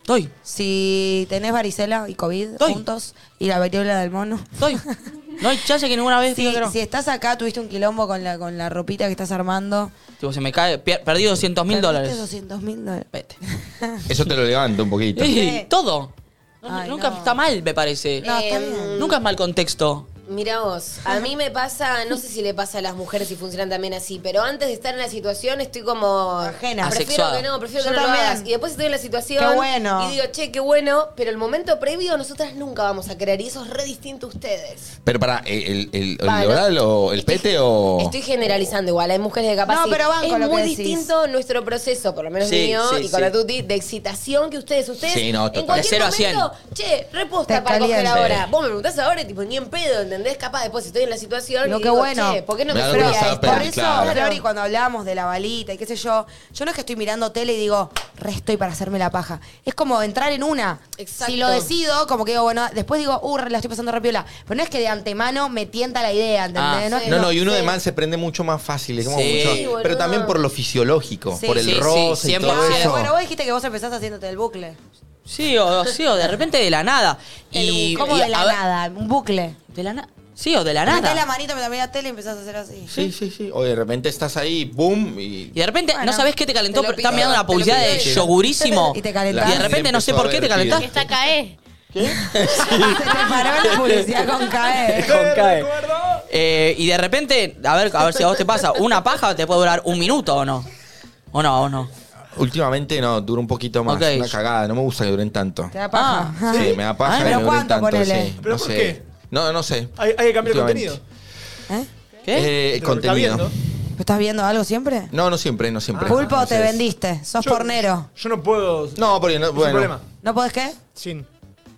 Estoy.
si tenés varicela y COVID
Estoy.
juntos y la variola del mono.
Estoy. No hay chance que ninguna vez diga
Si,
que no.
si estás acá, tuviste un quilombo con la, con la ropita que estás armando.
Tipo, se me cae. pier- Perdí 200 mil dólares.
200 mil dólares.
Pete.
Eso te lo levanto un poquito.
Ey, todo. No,
Eh,
Ay,
nunca
Eh, no.
está mal, me parece. Eh,
No, está
Em,
bien.
Nunca es mal contexto.
Mira vos, a mí me pasa, no sé si le pasa a las mujeres si funcionan también así, pero antes de estar en la situación estoy como Prefiero
Ajena.
Asexuada.
que no, prefiero
Yo
que no lo
también.
hagas. Y después estoy en la situación
Qué bueno.
y digo, che, qué bueno, pero el momento previo nosotras nunca vamos a querer y eso es re distinto a ustedes.
Pero para, ¿el, el, el
Para.
oral o el
Estoy-
pete o...?
Estoy generalizando igual, hay mujeres que capaz
No,
sí.
pero banco
es
lo que
muy
decís.
distinto nuestro proceso, por lo menos
Sí,
mío
sí,
y con la
sí.
Tuti, de excitación que ustedes, ustedes
Sí, no,
en
total.
cualquier
De cero a
momento, che, reposta
Te
para coger
calienta.
ahora. Vos me preguntás ahora y tipo ni en pedo, ¿entendés? Capaz después estoy en la situación
Digo,
y
qué
digo,
bueno.
che, ¿por qué no
Me
me,
da
fui a
vergüenza,
esto?
pero
Por eso,
claro.
Flori, cuando hablábamos de la balita y qué sé yo, yo no es que estoy mirando tele y digo, re estoy para hacerme la paja. Es como entrar en una.
Exacto.
Si lo decido, como que digo, bueno, después digo, uh, re, la estoy pasando rápido. Pero no es que de antemano me tienta la idea, ¿entendés?
Ah,
no, es
sí.
que
No,
no-
no, y uno
sí.
de man se prende mucho más fácil. es como
Sí,
mucho-
boludo.
pero también por lo fisiológico,
Sí.
por el
Sí, sí,
roce y
100%.
todo
Claro,
eso.
bueno, vos dijiste que vos empezás haciéndote el bucle.
Sí, o, sí, o de repente de la nada. Y,
El- ¿Cómo
y
de
a
la
ver-
nada? Un bucle.
De la nada. Sí, o de la
Metés la
nada.
manito, me la tele y empezás a hacer así.
Sí, sí, sí. O de repente estás ahí, boom, y...
Y de repente
Bueno,
no sabés qué te calentó,
te lo
pero estás
pido,
mirando una
te lo
publicidad
pido.
de yogurísimo.
Y te
la
calentás.
Y de
gente
repente no sé
empezó a
por qué te
ver el
Que
video.
está cae.
Se te paró la publicidad con caer.
Con cae. Eh, y de repente, a ver, a ver si a vos te pasa, una paja te puede durar un minuto o no. O no, o no.
Últimamente no, dura un poquito más.
Ok.
Una cagada, no me gusta que duren tanto.
Te da paja.
Sí, me da paja
Ah,
que
¿pero
me duren
cuánto,
tanto,
ponele?
sí.
¿Pero
no
por
sé.
qué?
No, no sé.
Hay, hay que cambiar el
Últimamente.
contenido.
¿Eh?
¿Qué?
Eh,
De lo que está
contenido.
viendo.
¿Estás viendo algo siempre?
No, no siempre, Ah, no siempre.
Pulpo, te
Entonces-
vendiste. Sos
Yo-
pornero.
Yo no puedo.
No, porque no,
Es un
bueno.
problema.
¿No podés qué?
Sin.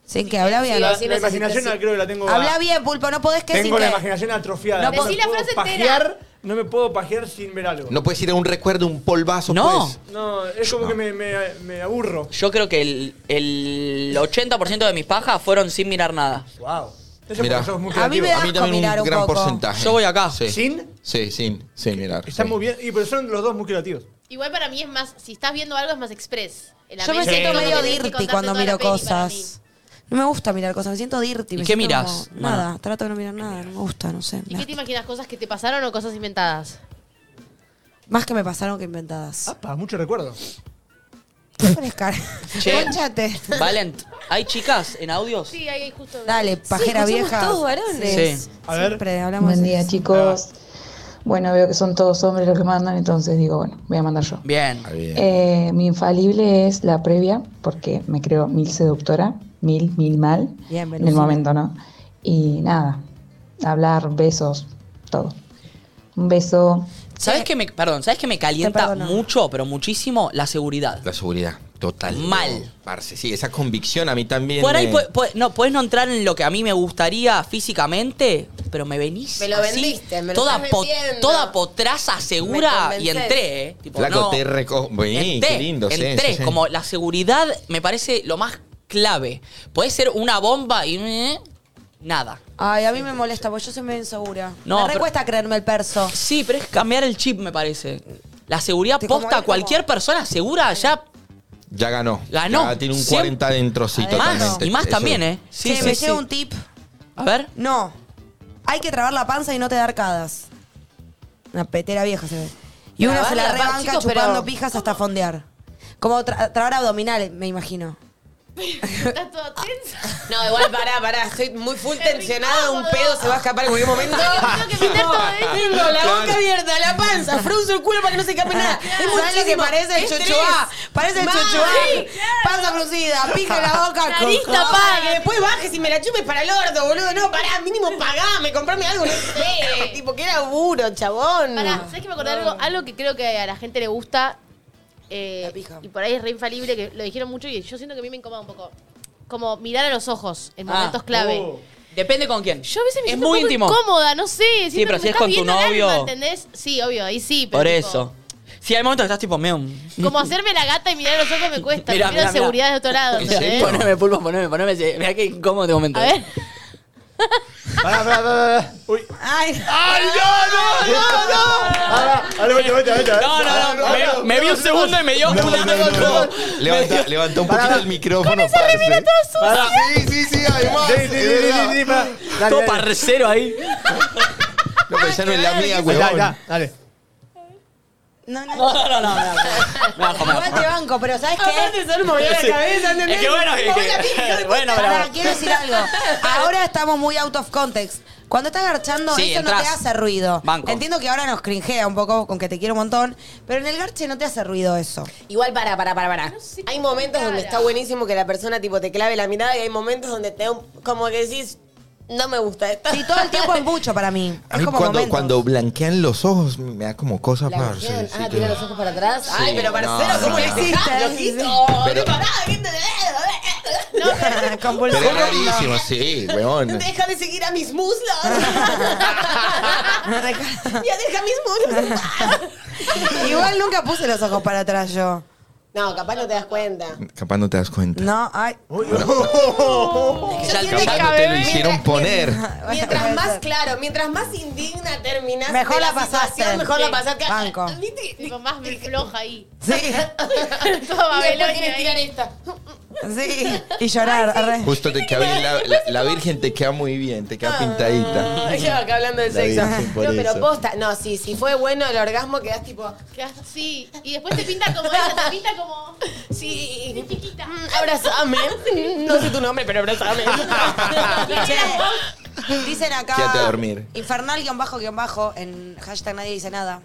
Sin que habla bien.
La- la imaginación creo que la tengo.
Habla bien, Pulpo, no podés que
Tengo
sin
la
que-
imaginación atrofiada.
No
me
Decí la
puedo
frase entera.
pajear, No me puedo pajear sin ver algo.
No puedes ir a un recuerdo, un polvazo,
No.
pues.
No, es como que me, me- me aburro.
Yo creo que el, el 80% de mis pajas fueron sin mirar nada.
Wow.
Mirá.
A mí me da asco mirar un
gran
poco.
porcentaje.
Yo voy acá.
Sí.
¿Sin?
Sí, sin, sin mirar.
Está muy bien. Y pero son los dos muy creativos.
Igual para mí es más, si estás viendo algo es más express. La
Yo me
mesa
siento
es como
medio
que tenés que
dirty
contarte
cuando
toda la
miro
peli para
cosas. No me gusta mirar cosas, me siento dirty.
¿Y
me
qué
siento
mirás,
como- nada,
Mana?
trato de no mirar nada, no me gusta, no sé.
mí. ¿Y qué te imaginas? ¿Cosas que te pasaron o cosas inventadas?
Más que me pasaron que inventadas.
Pa, Ah, mucho recuerdo.
¿Qué pones cara? Conchate.
Valent, ¿hay chicas en audios?
Sí, ahí justo.
Dale, pajera
escuchamos
vieja.
todos varones.
Sí.
A ver.
Siempre hablamos
Buen
de
día,
eso.
chicos. Bueno, veo que son todos hombres los que mandan, entonces digo, bueno, voy a mandar yo.
Bien.
Eh, mi infalible es la previa, porque me creo mil seductora, mil, mil mal,
Bien,
en el
Belucina.
momento, ¿no? Y nada, hablar, besos, todo. Un beso.
¿Sabes qué me, perdón, ¿sabes qué me calienta
perdono.
mucho, pero muchísimo? La seguridad.
La seguridad, total.
Mal.
Parce, sí, esa convicción a mí también.
Por ahí
me-
pue- pue- no, puedes no entrar en lo que a mí me gustaría físicamente, pero me venís.
Me lo
así,
vendiste, me lo
toda,
estás
po-
vendiendo.
toda potraza segura
Me
y entré, ¿eh? Tipo,
Flaco,
no,
te reco... Vení,
entré,
qué lindo, sí,
entré.
sí, sí.
Como la seguridad me parece lo más clave. Puede ser una bomba y. eh, nada.
Ay, a mí me molesta porque yo soy medio insegura.
No,
me
pero-
recuesta creerme el perso.
Sí, pero es cambiar el chip, me parece. La seguridad
Te
posta,
comodás,
cualquier persona segura ya.
Ya ganó.
Ganó.
Ya tiene un
Siempre-
40 adentro, sí,
Más,
totalmente.
y más
Eso-
también, ¿eh? Sí,
Che,
sí,
me
sí.
llega un tip.
A ver.
No. Hay que trabar la panza y no te dar cadas. Una petera vieja se ve. Y uno
Trabar
se la
la pan-
rebanca
chicos, pero-
chupando pijas hasta fondear. Como tra- trabar abdominales, me imagino.
Estás toda tensa.
No, igual pará, pará. Estoy muy full tensionada. Un pedo se va a escapar en cualquier momento.
Tengo que meter todo
Tengo
esto.
la boca abierta, la panza, frunzo el culo para que no se escape nada. Es
¿Sabes lo que
muchísimo.
parece el
Es
chochoá?
tres.
Parece el
Mal.
chochoá.
Sí, claro.
Panza fruncida, pija en la boca.
Nariz
coco.
tapada, que después bajes y me la chupes para el orto, boludo. No, pará, mínimo pagame, comprame algo, no sé. tipo, qué laburo, chabón.
Pará, ¿sabes que me acordé de algo? Algo que creo que a la gente le gusta. eh, y por ahí es re infalible, que lo dijeron mucho y yo siento que a mí me incomoda un poco. Como mirar a los ojos en
Ah,
momentos clave.
oh.
Depende con quién.
Yo a veces me
es
siento
muy
un poco
íntimo.
incómoda, no sé. siento
pero
que me
si es
estás
con tu
viendo el
novio.
alma, ¿entendés? Sí, obvio, ahí sí, pero
Por
tipo,
eso. Sí, hay momentos que estás tipo, meum.
Como hacerme la gata y mirar los ojos me cuesta.
Mirá,
Mira,
mirá, mirá.
seguridad de otro lado.
¿En
¿entendés?
serio?
Poneme pulpo, poneme, poneme. sí. Mirá qué incómodo te momento. eh.
A ver.
Pará, pará, pará, pará. Uy.
Ay,
¡Ay, no, no, no! Pará, pará, vete, vete, vete.
No, no, no. Me, me vi un segundo y me dio un asco.
Levanta, levanta un poquito el micrófono. parce.
Pará.
Sí, sí, sí, además.
Sí, sí, sí, sí, sí, sí, pará. Dale,
Todo
dale.
parcero ahí.
No, pero ya no es la mía,
Ahí está, ahí
huevón.
está, dale.
No,
No,
no.
no, no, no. no. Me bajo, me
Igual
bajo.
te banco, pero ¿sabes qué?
Aparte, solo mover la
Sí.
cabeza, ¿entendés?
Es que bueno, es que. Bueno,
Pará,
pero.
quiero decir algo. Ahora estamos muy out of context. Cuando estás garchando,
Sí,
eso no te
entrás.
hace ruido.
Banco.
Entiendo que ahora nos cringea un poco con que te quiero un montón, pero en el garche no te hace ruido eso.
Igual para, para, para, para.
sé
hay
qué
momentos
cara.
donde está buenísimo que la persona tipo te clave la mirada y hay momentos donde te da un- como que decís, no me gusta esto.
Sí, todo el tiempo es mucho para mí.
A
es
mí
como
cuando,
momentos.
cuando blanquean los ojos me da como cosa,
La
parce.
cuestión-
sí,
ah,
que-
tira los ojos para atrás. Ay, pero parcero,
no,
¿cómo le
no.
hiciste?
Sí, sí.
Loquito,
Pero-
qué parada, ¿qué te No,
Pero es
Convulsionando.
rarísimo, sí, huevón.
Deja de seguir a mis muslos. ya deja mis muslos.
Igual nunca puse los ojos para atrás yo.
No, capaz no te das cuenta.
Capaz no te das cuenta.
No, ay.
que ya el
Yo siento
Capaz
que
no te lo
mientras-
hicieron poner.
Mientras más claro, mientras más indigna terminás
Mejor
de
la pasaste.
situación, Mejor la pasaste.
Banco.
¿Viste?
Tipo, más me floja ahí.
Sí,
Toda
Después
Babilonia
quieres
ahí.
tirar esta.
sí. Y llorar. arre.
Justo te queda bien, la, la- la virgen te queda muy bien, te queda pintadita.
Ah,
Ay, yo acá hablando de
La
sexo.
virgen, por
No, pero
eso.
posta. No, sí, si fue bueno el orgasmo, quedás tipo.
Quedás así. Y después te pinta como esa, te pinta como.
Sí.
Chiquita.
mm, Abrazame. No sé tu nombre, pero abrazame.
Che, dicen acá.
Quédate a dormir.
Infernal guión bajo guión bajo. En hashtag nadie dice nada.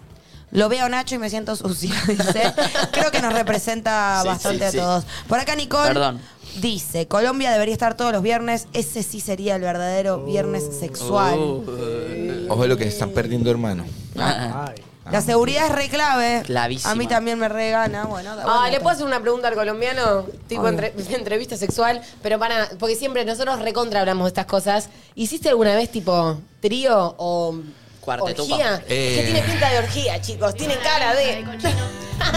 Lo veo Nacho y me siento sucia, dice. Creo que nos representa
Sí,
bastante
sí, sí.
a todos. Por acá Nicole
Perdón.
dice, Colombia debería estar todos los viernes. Ese sí sería el
Uh.
verdadero viernes sexual.
Ah,
Ojo de lo que se están perdiendo, hermano.
Ay.
La seguridad es re clave.
Clavísima.
A mí también me regana. Bueno, da-
Ah,
bueno,
¿le puedo hacer una pregunta al colombiano? Tipo
Obvio.
entre- entrevista sexual, pero para. Porque siempre nosotros recontra hablamos de estas cosas. ¿Hiciste alguna vez tipo trío o
Cuartetupa.
orgía?
Eh.
Es que tiene pinta de orgía, chicos. Tiene cara de.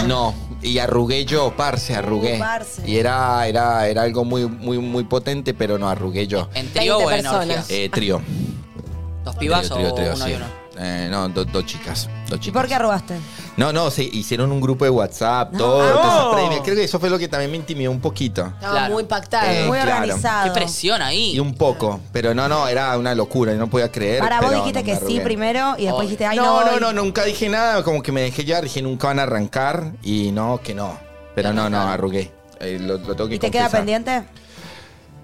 No, y arrugué yo, Ah. Oh, parce, arrugué.
Uh, parce.
Y era, era, era algo muy, muy, muy potente, pero no, arrugué yo.
¿En trío
20
o en
personas.
orgías?
Eh, trío.
¿Dos pibas
Trío,
o
trío, trío,
uno y
sí.
uno?
Eh, no, do- dos chicas. Dos
¿Y
chicas.
por qué robaste?
No, no, se hicieron un grupo de WhatsApp, todo.
No.
todas esas previas. Creo que eso fue lo que también me intimidó un poquito.
Estaba
Claro.
muy pactado.
Eh,
Muy
claro.
organizado.
Qué presión
Y
ahí.
un poco, pero no, no, era una locura, yo no podía creer.
Para vos
pero
dijiste
no me
que sí
arrugué.
primero y después
Obvio.
dijiste, ay, no.
No, no,
voy.
no, nunca dije nada, como que me dejé llevar, dije nunca van a arrancar y no, que no. Pero no, no, arrugué. Eh, lo, lo tengo que
¿Y te queda
confesar.
pendiente?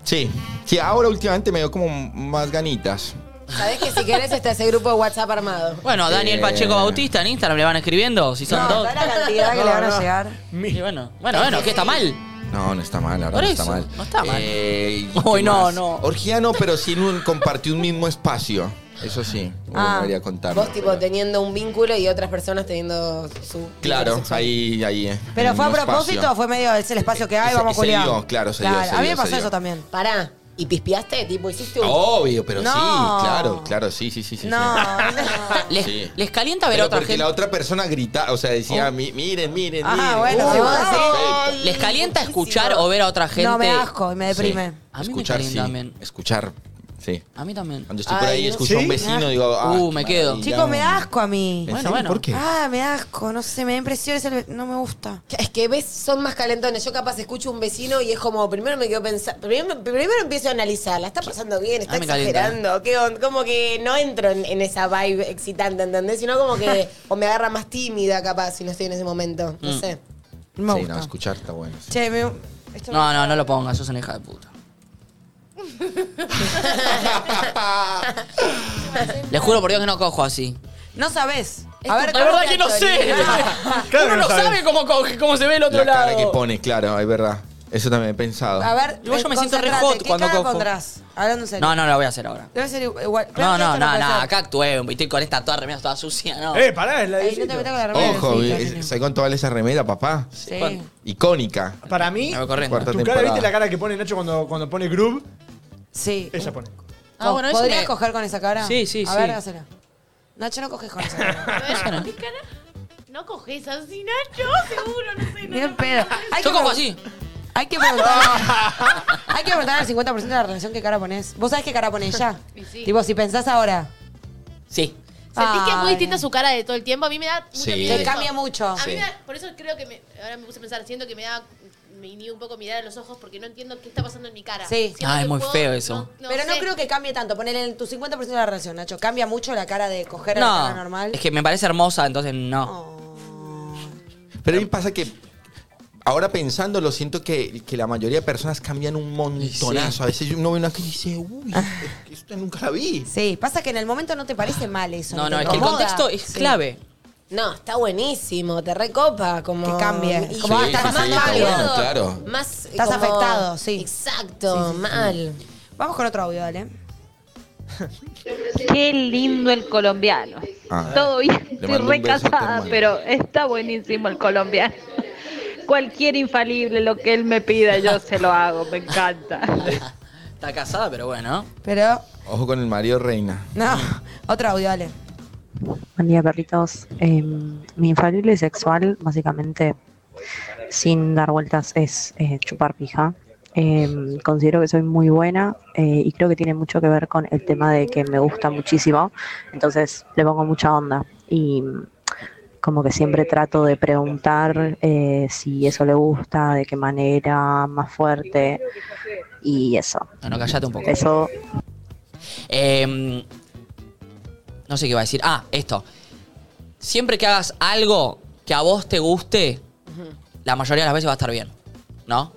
Sí, sí, ahora últimamente me dio como más ganitas.
Sabés que si querés está ese grupo de WhatsApp armado.
Bueno, Daniel
Eh.
Pacheco Bautista en Instagram le van escribiendo, si son
No,
dos.
toda la cantidad que le van a llegar.
Y bueno, bueno, bueno, que está mal.
No, no está mal, ahora
Por
no
eso,
está mal.
no está mal.
Eh, ¿y
Uy,
qué
no,
más?
no.
Orgía no, pero sí en un, compartí un mismo espacio. Eso sí, uno
Ah,
debería contarlo.
Vos, tipo, teniendo un vínculo y otras personas teniendo su.
Claro, ahí, ahí. eh, en
¿Pero
el
fue a
mismo
propósito
espacio.
o fue medio, es el espacio que hay,
Se-
vamos a
se
Julián?
dio, claro, se dio, se
A mí
dio,
me pasó
se dio.
eso también.
Pará. ¿Y pispiaste? Tipo, hiciste un.
Ah, Obvio, pero
No.
sí, claro, claro, sí, sí, sí. sí
No,
sí.
no.
Les,
Sí.
les calienta ver a
Pero
otra
porque
gente. Oh.
la otra persona gritaba, o sea, decía, "Mi- miren, miren,
Ah,
miren.
bueno, si vos decís.
perfecto.
Eh, uh, Les calienta escuchar o ver a otra gente.
No, me da asco y me deprime.
Sí.
A mí me
Escuchar,
calienta
sí.
también.
Escuchar, sí.
A mí también.
Cuando estoy por
Ay,
ahí y
no.
escucho a
¿Sí?
un vecino, digo, ah,
Uh, me
qué
quedo.
maravilla.
Chicos, me da asco a mí.
¿En
Bueno,
serio?
bueno.
¿Por qué?
Ah, me da asco, no sé, me da impresión, es el- no me gusta.
Es que ves, son más calentones. Yo capaz escucho un vecino y es como, primero me quedo pensando, primero, primero empiezo a analizar, la está pasando bien, está
Ah, me calienta.
exagerando, ¿qué on- como que no entro en, en esa vibe excitante, ¿entendés? Sino como que, o me agarra más tímida capaz si no estoy en ese momento, no
Mm.
sé.
No me
Sí,
gusta.
no, escuchar está bueno.
Che, me- esto-
No, no, no lo pongas, sos una hija de puta. Ah, Les juro por Dios que no cojo así.
No sabés.
Es
A ver,
tu-
¿cómo
La verdad
te
que no sé.
"Ah,
Claro
actualizás?
que
ah, Uno no
sabe.
sabe cómo coge, cómo se ve el otro
La cara que
lado.
pone, claro, es verdad. Eso también he pensado.
A ver,
Igual yo me siento re
concentrate,
hot
¿qué
cuando
cara
cojo.
pondrás? Hablando en serio.
No, no, lo voy a hacer ahora.
Debe ser igual. pero
No,
esto
no, no,
puede
no,
ser.
acá actué, estoy con esta toda remera toda sucia, no.
Eh, pará, es la
Ey, no
de.
te metas con la remera.
Ojo,
sí,
eh,
claro.
¿sabés cuánto vale esa remera, papá?
Sí.
Icónica.
Para mí,
Me voy corriendo.
Cuarta
tu cara,
temporada.
¿viste la cara que pone Nacho cuando, cuando pone groove?
Sí.
Ella pone.
Ah, bueno, eso
¿Podrías
me-
coger con esa cara?
Sí, sí,
a
sí.
ver, hacela. Nacho, no coges con esa cara.
Pero, ¿Qué cara? No coges así, Nacho, seguro, no sé. no,
Bien
no.
pedo. Hay
Yo
que
cojo
pregun-
así.
Hay que preguntar. hay que preguntar al 50% de la relación qué cara pones. ¿Vos sabés qué cara pone ella?
Y sí.
Tipo, si pensás ahora.
Sí.
Sentí que es
Ay.
muy distinta su cara de todo el tiempo. A mí me da mucho
Sí.
miedo.
Te
eso.
cambia mucho.
A mí
Sí.
me da- por eso creo que me, ahora me puse a pensar, siento que me da me inhibe un poco mirar a los ojos porque no entiendo qué está pasando en mi cara.
Sí.
Siento
Ah, es
que
muy feo eso.
Pero no
sé.
creo que cambie tanto. Ponele en tu 50% de la relación, Nacho. Cambia mucho la cara de coger a la cara
No,
normal.
es que me parece hermosa, entonces no.
Pero a mí pasa que ahora pensando, lo siento que, que la mayoría de personas cambian un montonazo. A veces yo no veo una que dice, "Uh". uy, esto nunca la vi.
Sí, pasa que en el momento no te parece mal eso.
No,
ni
no,
te
es que el
incomoda.
contexto es
Sí.
clave.
No, está buenísimo, te recopa, como...
Que cambie.
Y-
Como
Sí, estás sí, más está
pálido,
bueno, claro.
Más...
Estás afectado, sí.
Exacto, mal.
Vamos con otro audio, dale.
Qué lindo el colombiano.
Ah.
Todo bien,
Le
estoy
mando un
re
beso a tu
casada,
hermano.
pero está buenísimo el colombiano. Cualquier infalible, lo que él me pida, yo se lo hago, me encanta.
Está casada, Ah, pero bueno.
Pero,
Ojo con el marido reina.
no, otro audio, dale.
Buen día, perritos. Eh, mi infalible sexual, básicamente, sin dar vueltas, es eh, chupar pija. Eh, considero que soy muy buena eh, y creo que tiene mucho que ver con el tema de que me gusta muchísimo. Entonces, le pongo mucha onda y mm, como que siempre trato de preguntar eh, si eso le gusta, de qué manera, más fuerte y eso.
Bueno, callate un poco.
Eso
Eh, no sé qué iba a decir. Ah, esto. Siempre que hagas algo que a vos te guste, la mayoría de las veces va a estar bien. ¿No?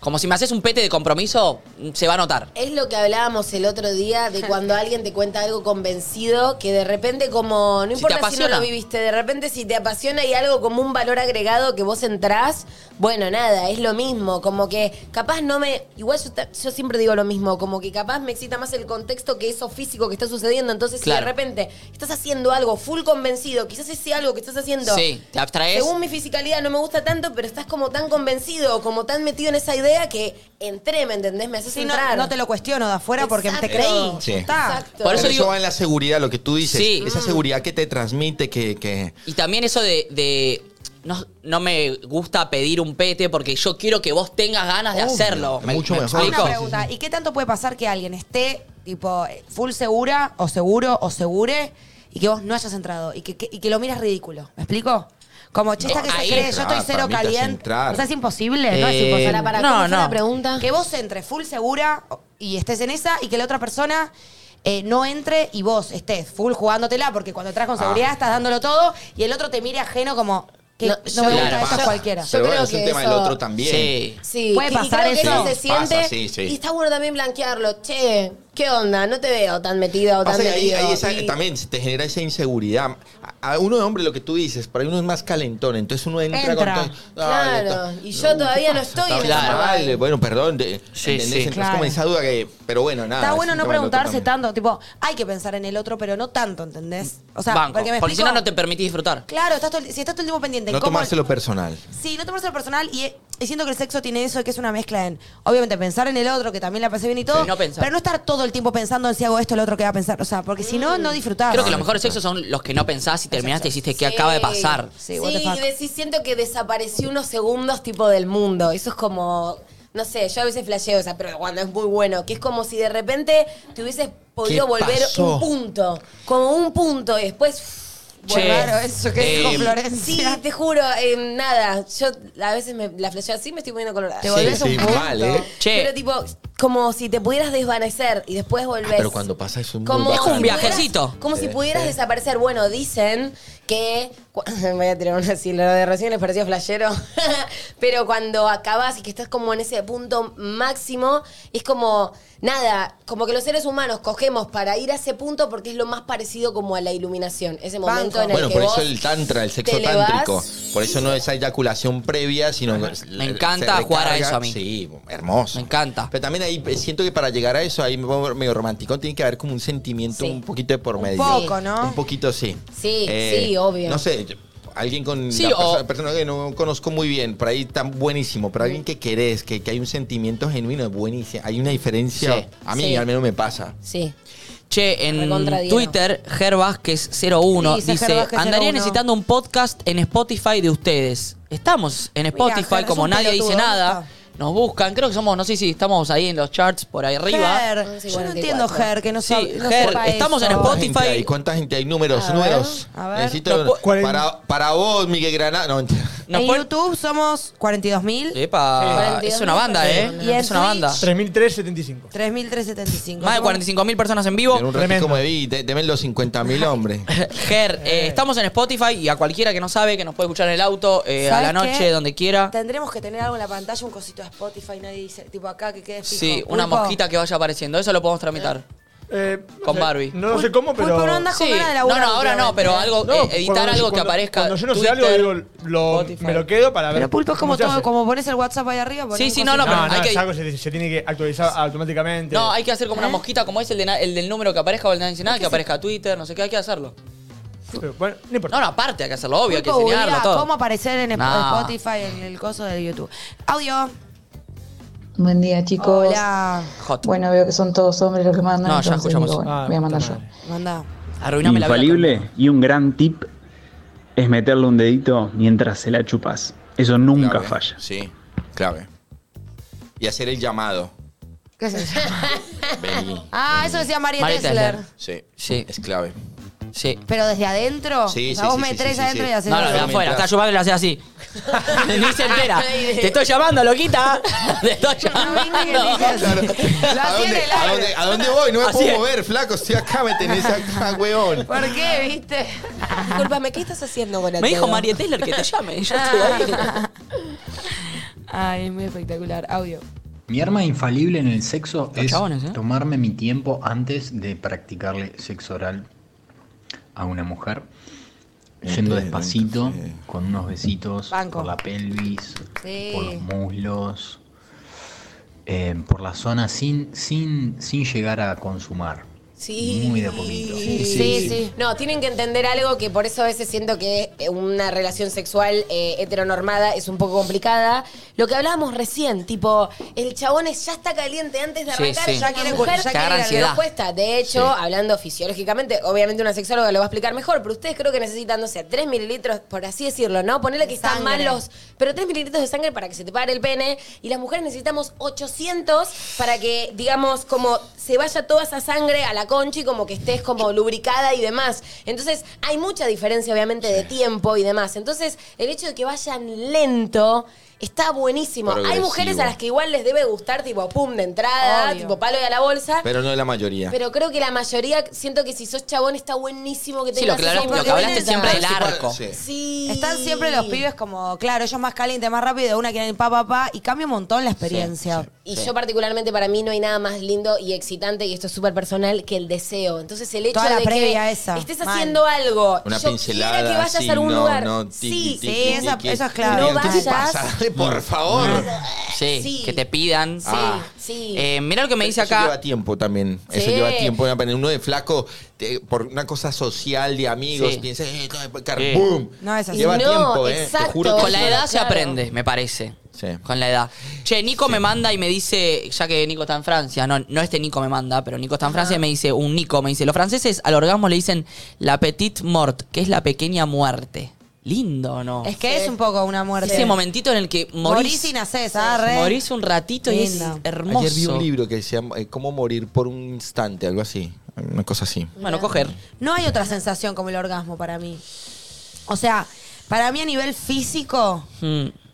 Como si me haces un pete de compromiso, se va a notar.
Es lo que hablábamos el otro día de cuando alguien te cuenta algo convencido que de repente como
Si te
no importa si, no
apasiona.
lo viviste, de repente si te apasiona y algo como un valor agregado que vos entrás, bueno, nada, es lo mismo, como que capaz no me igual yo, ta- yo siempre digo lo mismo, como que capaz me excita más el contexto que eso físico que está sucediendo, entonces si
Claro.
de repente estás haciendo algo full convencido, quizás ese algo que estás haciendo
Sí, te abstraes.
según mi fisicalidad no me gusta tanto, pero estás como tan convencido, como tan metido en esa idea que entré, ¿me entendés? Me haces
Sí, no-
entrar.
no te lo cuestiono de afuera porque te
Exacto.
creí.
Sí.
Ya está.
Por eso,
digo-
va en la seguridad, lo que tú dices.
Sí.
Esa
Mm.
seguridad que te transmite, que. que
Y también eso de. de no, no me gusta pedir un pete porque yo quiero que vos tengas ganas de
Obvio,
hacerlo. Me-
mucho
me
mejor.
explico?
Una pregunta, ¿y qué tanto puede pasar que alguien esté tipo full segura o seguro o segure y que vos no hayas entrado y que, que- y que lo miras ridículo? ¿Me explico? Como, che, esta
No,
que se
ahí
cree, yo
entrar,
estoy
para
cero
mí te hace
caliente.
entrar.
O sea, es imposible, no es
Eh,
imposible.
Para, para, ¿cómo no, fue la no. pregunta?
Que vos entres full segura y estés en esa y que la otra persona eh, no entre y vos estés full jugándotela porque cuando entras con
Ah.
seguridad estás dándolo todo y el otro te mire ajeno como, que no, me gusta, esto es cualquiera.
Pero bueno, es un tema del otro también.
Sí.
Sí,
Puede
y
pasar
creo que
eso.
se siente.
Pasa, sí, sí.
Y está bueno también blanquearlo. Che, ¿qué onda? No te veo tan metida o tan
Pasa que ahí,
metido.
ahí esa-
Y-
también se te genera esa inseguridad. A, a uno de hombre, lo que tú dices, para uno es más calentón, entonces uno entra,
Entra.
con todo. Ay,
Claro,
está-
y yo todavía no estoy en
está
esa
mal,
vibe.
Bueno, perdón, de, ¿entendés?
sí.
Entras
Claro.
como en esa duda que. Pero bueno, nada.
Está
Ah, es
bueno
un
no
tema del otro
preguntarse
también.
tanto, tipo, hay que pensar en el otro, pero no tanto, ¿entendés? O sea,
Banco.
porque me
Porque si no,
explico-
no te permitís disfrutar.
Claro, estás todo el- si estás todo el tiempo pendiente en
No
cómo-
tomárselo personal.
Sí, no tomárselo personal y, y siento que el sexo tiene eso, que es una mezcla en, obviamente, pensar en el otro, que también la pasé bien y todo,
Sí, no pensar.
pero no estar todo el tiempo pensando en si hago esto, el otro que va a pensar. O sea, porque si no, no disfrutás.
Creo que los mejores sexos son los que no pensás y terminaste y hiciste que
Sí.
Eh,
acaba de pasar.
Sí, y decís, siento que desaparecí unos segundos tipo del mundo. Eso es como, no sé, yo a veces flasheo, o sea, pero cuando es muy bueno, que es como si de repente te hubieses podido volver
pasó?
un punto, como un punto, y después... uff,
Che,
volver.
eso que dijo
eh,
Florencia.
Sí, te juro, eh, nada, yo a veces me, la flasheo así, me estoy poniendo colorada.
Te Sí, volvés un sí, punto.
mal, ¿eh?
Che.
Pero tipo, como si te pudieras desvanecer y después volvés.
Ah, Pero cuando pasa eso es muy
Como
bacán.
pues, si
viajecito.
pudieras- como si
Sí,
pudieras
sí.
desaparecer. Bueno, dicen que. cu- Voy a tirar una así, lo de recién les pareció flashero. Pero cuando acabas y que estás como en ese punto máximo, es como. Nada, como que los seres humanos cogemos para ir a ese punto porque es lo más parecido como a la iluminación. Ese momento
Banco.
en el
Bueno,
que
por
vos
eso el tantra, el sexo
te elevás.
tántrico. Por eso no esa eyaculación previa, sino.
Me encanta
se
jugar a
recarga.
eso a mí.
Sí, hermoso.
Me encanta.
Pero también ahí eh, siento que para llegar a eso, ahí me pongo medio romántico, tiene que haber como un sentimiento
Sí.
un poquito de por medio.
poco, ¿no?
Un poquito sí. Eh,
Sí, sí, obvio.
No sé, yo- alguien con
Sí, o-
la persona, persona que no conozco muy bien, por ahí tan buenísimo, pero
Mm.
alguien que querés, que, que hay un sentimiento genuino, es buenísimo. Hay una diferencia,
Sí.
a mí
Sí.
al menos me pasa.
Sí.
Che,
Recontra
en
Diego.
Twitter, Ger Vázquez 01
Sí, dice
dice,
Ger Vázquez
andaría
01.
necesitando un podcast en Spotify de ustedes. Estamos en Spotify,
Ger, es
como
un
nadie dice
pelotudo,
nada,
¿dónde
nos buscan. Creo que somos, no sé si estamos ahí en los charts, por ahí arriba.
Ger, yo no entiendo, Ger, que no,
Sí,
sabe- no
Ger,
sepa
estamos en
eso.
Spotify.
gente hay? ¿Cuánta gente hay? Números,
A ver,
números.
a ver.
Necesito
No
para, para, vos, Miguel Granada. No, mentira.
Nos
en
pueden-
YouTube somos 42.000,
Epa,
Sí.
es una banda, ¿eh?
Y en
Es una banda.
3.375.
3.375.
Más de
Somos-
45 mil personas en vivo.
En un ratito me vi, de- deme los 50 mil hombres.
Ger, eh, estamos en Spotify y a cualquiera que no sabe, que nos puede escuchar en el auto, eh, a la
¿Sabes
noche,
qué?
donde quiera.
Tendremos que tener algo en la pantalla, un cosito de Spotify, nadie dice, tipo acá que quede fijo.
Sí, una
Pulpo.
mosquita que vaya apareciendo. Eso lo podemos tramitar.
Eh, no
Con
sé,
Barbie.
No, sé cómo, pero.
Pulpo, no andas con
Sí.
ganas de
No,
laburar
no, ahora no,
últimamente,
pero
¿eh?
algo,
No,
eh, editar
cuando-
algo que
cuando-
aparezca.
Cuando yo no sé
Twitter.
algo, digo, lo,
Spotify.
me lo quedo para ver.
Pero Pulpo es como
cómo se
todo,
hace.
como pones el WhatsApp ahí arriba. ponés
Sí, sí,
un
no, no,
No,
cosito.
pero
no,
hay que-
es algo que se, se tiene que actualizar automáticamente.
No, hay que hacer como
¿Eh?
una mosquita, como es el, de na- el del número que aparezca o el de nadie dice nada, que aparezca Twitter, no sé qué, hay que hacerlo.
Pero, bueno, no importa.
No, no, aparte hay que hacerlo, obvio, hay que
Pulpo,
enseñarlo
googleá
todo.
¿Cómo aparecer en
No.
Spotify, en el coso de YouTube? Audio.
Buen día, chicos.
Hola.
Hot.
Bueno, veo que son todos hombres los que mandan.
No, ya
entonces
escuchamos.
digo, bueno,
Ah,
voy a mandar
puta
yo.
madre.
Mandá.
Arruiname la vida.
Infalible y un gran tip es meterle un dedito mientras se la chupas. Eso nunca
Clave,
falla.
Sí, clave. Y hacer el llamado.
¿Qué es eso?
Vení.
Ah, eso decía María
María
Tesler.
Tesler.
Sí,
Sí,
es clave.
sí.
Pero desde adentro.
Sí,
o
sí,
sea, vos
sí, sí,
metés
sí, sí,
adentro
sí.
y haces.
No, no, de
Mientras-
afuera, está ayudando y le hace así. Ni se entera. Te estoy llamando, loquita. Te estoy llamando.
Lo
¿A
hacía en
dónde,
el
a
aire.
dónde- a dónde voy? No me
Así
puedo
es.
mover, flaco. Estoy acá, me tenés acá, weón.
¿Por qué, viste?
Disculpame, ¿qué estás haciendo con el
Me dijo
dedo?
María Taylor que te llame. y Yo estoy ahí.
Ay, es muy espectacular. Audio.
Mi arma infalible en el sexo es
chabones,
tomarme mi tiempo antes de practicarle sexo oral a una mujer. Yendo despacito, con unos besitos
Banco.
por la pelvis,
Sí.
por los muslos, eh, por la zona sin, sin, sin llegar a consumar.
Sí.
Muy de a poquito.
Sí, No, tienen que entender algo que por eso a veces siento que eh, una relación sexual eh, heteronormada es un poco complicada. Lo que hablábamos recién, tipo, el chabón es- ya está caliente antes de
Sí,
arrancar,
sí.
ya
Ya
quiere
quiere-
mujer
ya
ya
quiere
quiere la
ansiedad.
propuesta. De hecho,
Sí.
hablando fisiológicamente, obviamente una sexóloga lo va a explicar mejor, pero ustedes creo que necesitan, no sé, 3 mililitros, por así decirlo, ¿no? Ponele que están
sangre.
malos, pero 3 mililitros de sangre para que se te pare el pene y las mujeres necesitamos 800 para que, digamos, como se vaya toda esa sangre a la concha y como que estés como lubricada y demás. Entonces, hay mucha diferencia, obviamente, de tiempo y demás. Entonces, el hecho de que vayan lento... Está buenísimo. Hay
Progresivo.
mujeres a las que igual les debe gustar, tipo, pum, de entrada, tipo, palo y a la bolsa.
Pero no la mayoría.
Pero creo que la mayoría, siento que si sos chabón está buenísimo que
Sí,
tengas
lo que
esa
hablaste- lo que hablaste
oportunidad.
siempre del arco.
Sí.
Están siempre los pibes como, claro, ellos más calientes, más rápido, de una quieren pa, pa, pa, y cambia un montón la experiencia.
Y yo particularmente para mí no hay nada más lindo y excitante, y esto es súper personal, que el deseo. Entonces el hecho
Toda la
de
previa
que
esa,
estés
mal.
haciendo algo,
Una
yo
pincelada,
quiera que vayas
sí,
a algún
no,
lugar.
no,
sí,
tiki, tiki,
esa-
tiki.
eso es clave. No
Bien, ¿qué te
vayas.
pasa? Dale, por favor.
Sí,
Sí.
que te pidan.
Ah.
Sí.
Eh, mirá lo que me dice
Eso lleva
acá.
tiempo también. Eso
Sí.
lleva tiempo. Uno de flaco, te- por una cosa social de amigos,
Sí.
piensa, eh, car-
Sí.
¡boom!
No, es así.
Lleva
No,
tiempo, ¿eh?
exacto.
Te juro que
Con la
sí.
edad se aprende, me parece. Con la edad. Che, Nico me manda y me dice, ya que Nico está en Francia, no, no este Nico me manda, pero Nico está en Francia y me dice, un Nico me dice, los franceses al orgasmo le dicen la petite mort, que es la pequeña muerte. Lindo, ¿o ¿no?
Es que es un poco una muerte.
Ese momentito en el que
Morís
morís.
y nacés, ah, re.
morís un ratito y es
Linda.
hermoso.
Ayer vi un libro que decía eh, cómo morir por un instante, algo así. Una cosa así.
Bueno, coger.
No hay otra sensación como el orgasmo para mí. O sea, para mí a nivel físico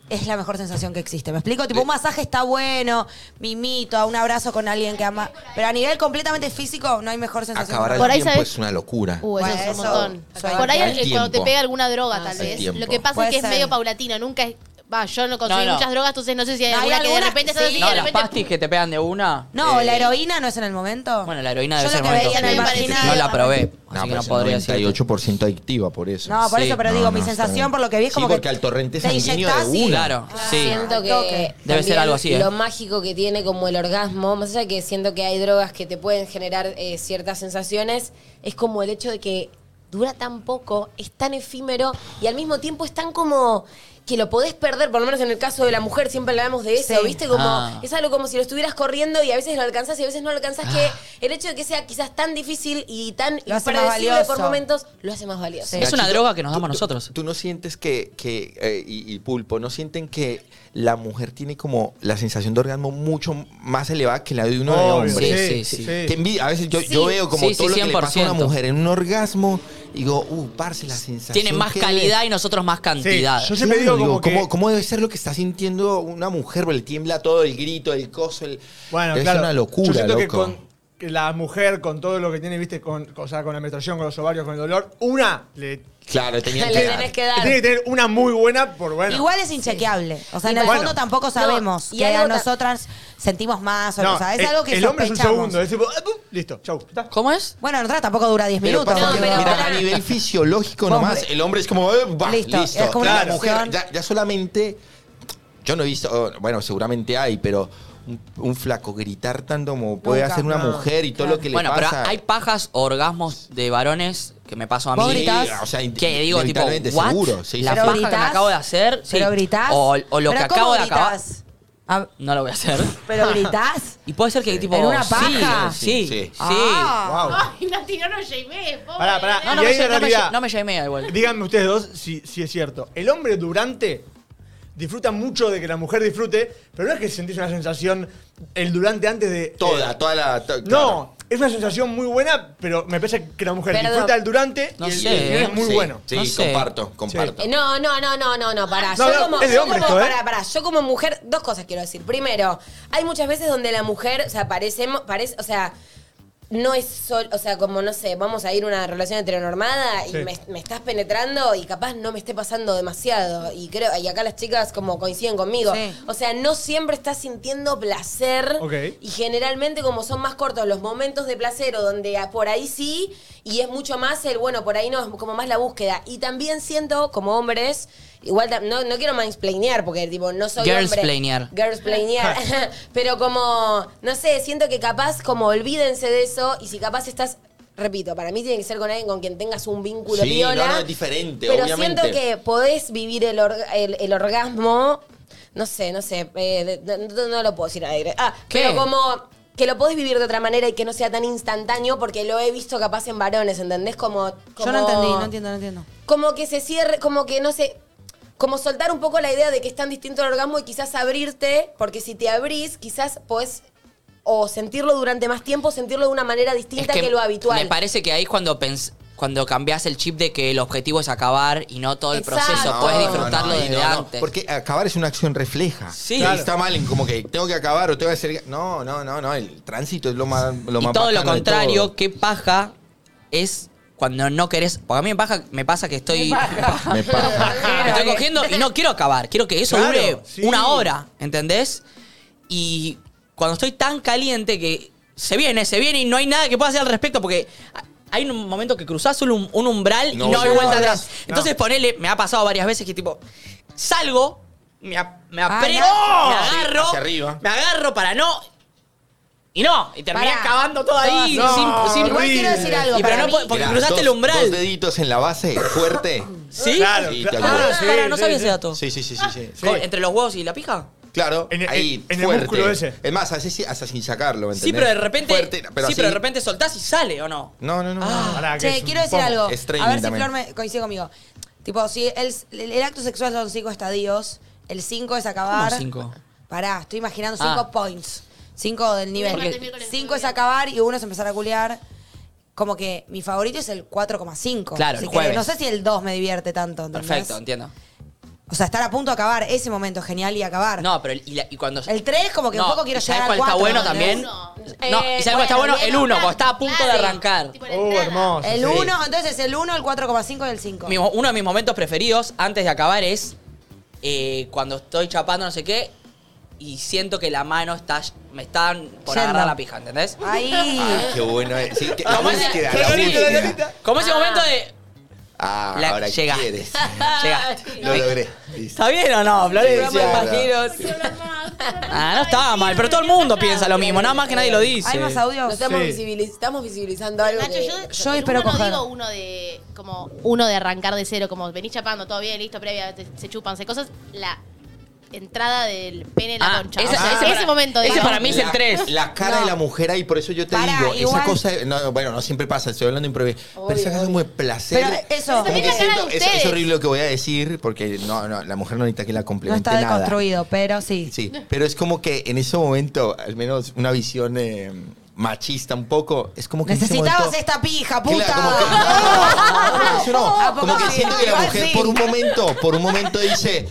es la mejor sensación que existe. ¿Me explico? Tipo, un masaje está bueno, mimito, un abrazo con alguien que ama. Pero a nivel completamente físico no hay mejor sensación.
Acabar el
Por ahí
tiempo
sabes-
es una locura.
Uh, eso
Bueno,
es un
eso-
montón.
soy-
Por ahí
Al
eh, cuando te
tiempo.
pega alguna droga, tal
sí. Al
vez.
tiempo.
Lo que pasa
Puede
es que
ser.
es medio paulatino. Nunca es. Va, yo no consumí
No, no.
muchas drogas, entonces no sé si hay
No, hay
alguna que de
algunas
repente
que sí.
estás así y
No,
de
las
repente.
pastis que te pegan de una.
No,
eh,
la heroína no es en el momento.
Bueno, la heroína
Yo
debe
lo
ser
que
momento.
veía en el
Sí.
marginal.
No la probé,
No,
así que
pero
no
es
podría decir.
98% adictiva por eso.
No, por
Sí.
eso, pero
No,
digo,
no,
mi
está
sensación
bien.
por lo que vi es
Sí,
como
porque
que
al torrente
te
sanguíneo de
inyectás y-
una.
Claro, sí.
Siento que
toque.
Debe ser
también
algo así, ¿eh?
Lo mágico que tiene como el orgasmo, más allá de que siento que hay drogas que te pueden generar eh, ciertas sensaciones, es como el hecho de que dura tan poco, es tan efímero y al mismo tiempo es tan como que lo podés perder, por lo menos en el caso de la mujer siempre hablamos de eso,
Sí.
¿viste? Como
Ah.
es algo como si lo estuvieras corriendo y a veces lo alcanzás y a veces no lo alcanzás, que el hecho de que sea quizás tan difícil y tan
Lo hace más
impredecible por
valioso.
momentos, lo hace más valioso.
Es una
Nachito,
droga que nos
tú-
damos
tú-
nosotros.
¿Tú no sientes que, que eh, y, y Pulpo, no sienten que la mujer tiene como la sensación de orgasmo mucho más elevada que la de uno de
Obvio,
hombre?
sí, Sí, sí, sí.
Te envi- a veces yo,
Sí.
yo veo como
Sí, sí,
todo lo que le pasa a
100%.
una mujer en un orgasmo y digo, uh, parce, la sensación
Tiene más
que
calidad
debe-
y nosotros más cantidad.
yo siempre
Claro,
digo como que-
¿cómo, cómo debe ser lo que está sintiendo una mujer? Porque Le tiembla todo el grito, el coso, el...
Bueno,
debe
claro.
ser una locura,
Yo siento
loco.
que con que la mujer, con todo lo que tiene, viste, con, o sea, con la menstruación, con los ovarios, con el dolor, una le
Claro, tenía
Le
que
tenés
dar.
que dar.
tiene que tener una muy buena por bueno.
Igual es inchequeable. O sea, en el
Bueno.
fondo tampoco sabemos
y
que a
algo ta-
nosotras sentimos más o no.
No,
O sea, es
eh,
el,
algo que
el hombre es un
sospechamos.
segundo, es tipo, ah, pum, listo, chau. está.
¿Cómo es?
Bueno, nosotras tampoco dura 10
Pero
minutos.
pasa
No,
que,
pero
mira,
pará.
a nivel fisiológico
Hombre.
nomás, el hombre es como, eh, bah,
Listo,
listo.
es como una
Claro, la mujer,
emoción.
ya, ya solamente, yo no he visto, oh, bueno, seguramente hay, pero un, un flaco gritar tanto como puede
Nunca,
hacer una
no.
mujer y todo lo que
Bueno,
le
pero
pasa.
hay pajas o orgasmos de varones que me pasó a mí.
¿Vos gritás?
o sea, in-
que digo, tipo,
inevitablemente,
¿what?
seguro, sí,
la
sí.
Pero
paja que me
gritás,
acabo de hacer. sí.
Pero gritás.
O, o lo que
¿Pero
acabo
cómo
de acabar.
gritás? Ah,
No lo voy a hacer.
Pero gritás.
Y puede ser que, tipo.
¿En una
sí,
paja?
Sí, sí.
Sí.
Ah.
Wow.
Ay, Nati, no nos llamé, pobre.
Pará, pará.
No, no
Y
me,
ahí en
lle- no, me,
realidad-
lle- no me llamé igual.
Díganme ustedes dos si, si es cierto. El hombre durante disfruta mucho de que la mujer disfrute, pero no es que sentís una sensación el durante antes de. eh,
Toda, toda la... to- claro.
No, es una sensación muy buena, pero me parece que la mujer
Perdón.
disfruta del durante
No
y el,
sé,
y el
¿eh?
es muy
Sí,
bueno.
Sí,
No sé.
comparto, comparto.
Eh, No, no, no, no, no, no, pará.
No,
yo
no,
como,
es de
yo
hombre
como-
esto, ¿eh?
pará, pará. Yo como mujer, dos cosas quiero decir. Primero, hay muchas veces donde la mujer, o sea, parecemos, parece, o sea, no es solo, o sea, como no sé, vamos a ir a una relación heteronormada
Sí.
y me, me estás penetrando y capaz no me esté pasando demasiado. Y creo, y acá las chicas como coinciden conmigo.
Sí.
O sea, no siempre estás sintiendo placer.
Ok.
Y generalmente, como son más cortos los momentos de placer o donde ah, por ahí sí, y es mucho más el bueno, por ahí no, es como más la búsqueda. Y también siento, como hombres, igual ta- no, no quiero mansplainear, porque tipo, no soy
Girlsplainear.
hombre. Girlsplainear. Pero como, no sé, siento que capaz, como olvídense de eso, y si capaz estás. Repito, para mí tiene que ser con alguien con quien tengas un vínculo
Sí, no,
piola.
no, es diferente,
Pero
obviamente.
siento que podés vivir el, orga- el- el orgasmo. No sé, no sé. eh, de- no, no- no lo puedo decir al aire. Ah,
¿Qué?
pero como que lo podés vivir de otra manera y que no sea tan instantáneo porque lo he visto capaz en varones, ¿entendés? Como,
Yo no
como-
entendí, no entiendo, no entiendo.
Como que se cierre, como que no sé. Como soltar un poco la idea de que es tan distinto el orgasmo y quizás abrirte, porque si te abrís, quizás podés o sentirlo durante más tiempo, sentirlo de una manera distinta que, lo habitual.
Me parece que ahí es cuando pens- cuando cambias el chip de que el objetivo es acabar y no todo el
Exacto.
proceso. Puedes disfrutarlo
no,
desde
no, no,
antes.
Porque acabar es una acción refleja. Sí.
Claro.
Está mal en como que tengo que acabar o tengo que hacer. No, no, no, no. El tránsito es lo más. Lo
y
más
todo lo
bacano de
contrario,
todo.
qué paja es cuando no querés. Porque a mí me, paja, me pasa que estoy.
Me pasa.
Me estoy cogiendo y no quiero acabar. Quiero que eso
Claro,
dure
sí.
una hora, ¿entendés? Y cuando estoy tan caliente que se viene, se viene y no hay nada que pueda hacer al respecto porque hay un momento que cruzás un, um- un umbral
No,
y no hay
no,
vuelta
no.
atrás.
No.
Entonces ponele, me ha pasado varias veces que tipo, salgo, me, ap- me
Ah,
aprieto,
no.
me agarro,
Sí, hacia arriba.
me agarro para no... Y no, y terminé
Pará.
cavando todo ahí.
No,
sin, sin-
Igual quiero decir algo,
Y pero
para
no
mí-
po- porque
Mirá,
cruzaste
dos-
el umbral.
Dos deditos en la base, fuerte.
¿Sí?
Claro, te
claro.
acuerdas.
Ah, Sí, pará, no sí, sabía sí. ese dato.
Sí, sí, sí, sí. sí.
Co- ¿Entre los huevos y la pija?
Claro,
En el-
ahí,
en el
fuerte.
músculo ese.
Es más, así, hasta sin sacarlo, ¿entendés?
Sí, pero de repente.
Fuerte, pero
sí,
así-
pero de repente soltás y sale, ¿o no?
No, no, no.
Ah,
no.
Che, quiero decir algo. A ver
Es
si
training también.
Flor me coincide conmigo. Tipo, si el, el- el acto sexual son cinco estadios, el cinco es acabar.
¿Cómo cinco?
Pará, estoy imaginando
Ah.
cinco points. Cinco del nivel.
Porque-
Porque cinco es acabar y uno es empezar a culiar. Como que mi favorito es el 4,5.
Claro,
Si
el
querés.
jueves.
No sé si el 2 me divierte tanto. ¿entendés?
Perfecto, entiendo.
O sea, estar a punto de acabar, ese momento es genial y acabar.
No, pero el- y, la- y cuando.
El 3 como que
No,
un poco quiero
¿y sabes
llegar al Eh,
cuál está
4.
bueno también? No, ¿y sabes cuál está bueno? El 1, cuando está a punto de arrancar.
Uh, hermoso. El
sí.
1, entonces el 1, el 4,5 y el 5.
Mi- uno de mis momentos preferidos antes de acabar es eh, cuando estoy chapando no sé qué y siento que la mano está me están por
Yendo.
agarrar la pija, ¿entendés?
Ahí.
Ah, qué bueno es. Sí, que, la
¿Cómo es?
búsqueda,
Sí.
la búsqueda.
Como ese momento de
Ah,
La-
ahora
llega.
quieres.
llegaste.
Lo logré.
¿Está bien o no, Florencia?
Sí, claro.
Ah, no estaba mal, pero todo el mundo piensa lo mismo, nada más que nadie lo dice.
Hay más audios.
Nos estamos,
Sí.
visibiliz- estamos visibilizando algo.
Nacho,
que-
yo, espero uno no digo uno de como uno de arrancar de cero, como venís chapando, todo bien, listo, previa, te- se chupan, se cosas, la entrada del pene en
Ah,
la concha.
esa-
O sea,
ese
ese
para-
momento,
ese
digo.
para mí es el
La-
3.
La cara de la mujer ahí, por eso yo te
Pará,
digo,
igual-
esa cosa, no, bueno, no siempre pasa, estoy hablando de improviso, pero esa cosa es muy placer.
Pero eso.
Como que
Pero también la cara de
siento- es,
ustedes.
es horrible lo que voy a decir, porque no, no, la mujer no necesita que la
No
complemente
está
nada.
deconstruido, pero sí.
Sí, pero es como que en ese momento, al menos una visión eh, machista un poco, es como que en ese
Necesitabas
momento-
esta pija, puta.
No, eso no.
¿A poco
Como que
sí?
siento que la
Igual
mujer
sí.
por un momento, por un momento dice,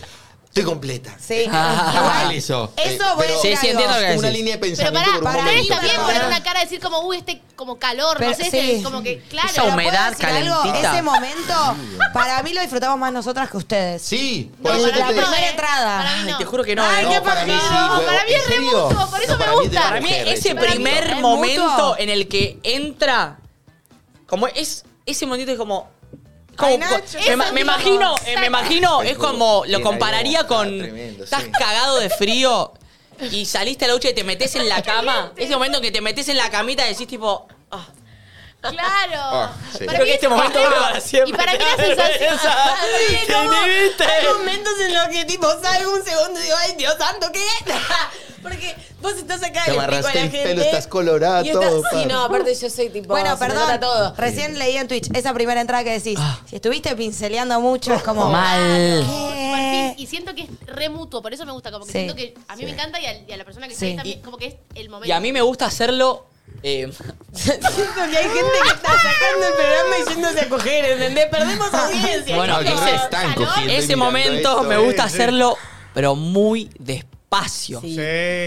estoy completa.
Sí.
Está
Igual,
mal eso.
Eso
Eh,
voy a
pero-
decir Sí, sí, algo. entiendo lo que
Una
decís.
línea de
Pero
pensamiento
pará,
por un
pará,
momento.
también poner una cara de decir como, uy, este como calor,
Pero
no sé,
sí.
este como que, claro.
Pero ¿puedo
humedad
decir algo?
calentita.
Ese momento, para mí lo disfrutamos más nosotras que ustedes.
Sí,
por
No,
eso
para
la
mí no,
primera
eh.
entrada.
Para mí no.
Te juro que no.
Ay,
¿eh?
qué
para mí sí,
pasado,
huevo.
para mí es
¿En
re
serio?
mutuo, por eso
No,
me
para mí es de
gusta.
la
Para mí
mujer,
ese
eso.
primer
¿Es
momento
mutuo?
en el que entra, como es ese momento es como, como-
Ay, Nacho,
co-
eso
me, me
mismo.
imagino, eh, me imagino es como lo compararía con,
Ah, tremendo,
estás
sí.
cagado de frío y saliste a la ducha y te metes en la cama, ese momento que te metes en la camita y decís tipo,
Claro.
Ah, sí.
Para
Creo
mí
que este
es-
momento dura para siempre.
Y para mí la
Te da
sensación.
vergüenza.
Sí,
Te
como-
inhibiste.
hay como-
momentos en los que tipo salgo un segundo y digo, ay Dios santo, ¿qué? Porque vos estás acá
Te
y le explico a
amarraste
la
el
gente.
pelo, estás colorado.
y estás-
todo,
sí,
padre.
No, aparte yo soy tipo.
Bueno,
se me
perdón,
nota todo.
recién leí en Twitch esa primera entrada que decís,
Ah.
si estuviste pinceleando mucho es como...
Mal.
Por fin,
¿Qué?
y siento que es re mutuo, por eso me gusta, como que
Sí.
siento que a mí me encanta y a, y a la persona que está
Sí.
ahí también,
Y-
como que es el momento.
y a mí me gusta hacerlo. eh,
Siento que hay gente que está sacando el programa y yéndose a coger, ¿entendés? Perdemos
Ah.
audiencia.
bueno,
No, que
ese,
se están cogiendo y
ese
mirando
momento
esto,
me
eh,
gusta
sí.
hacerlo, pero muy despacio. espacio.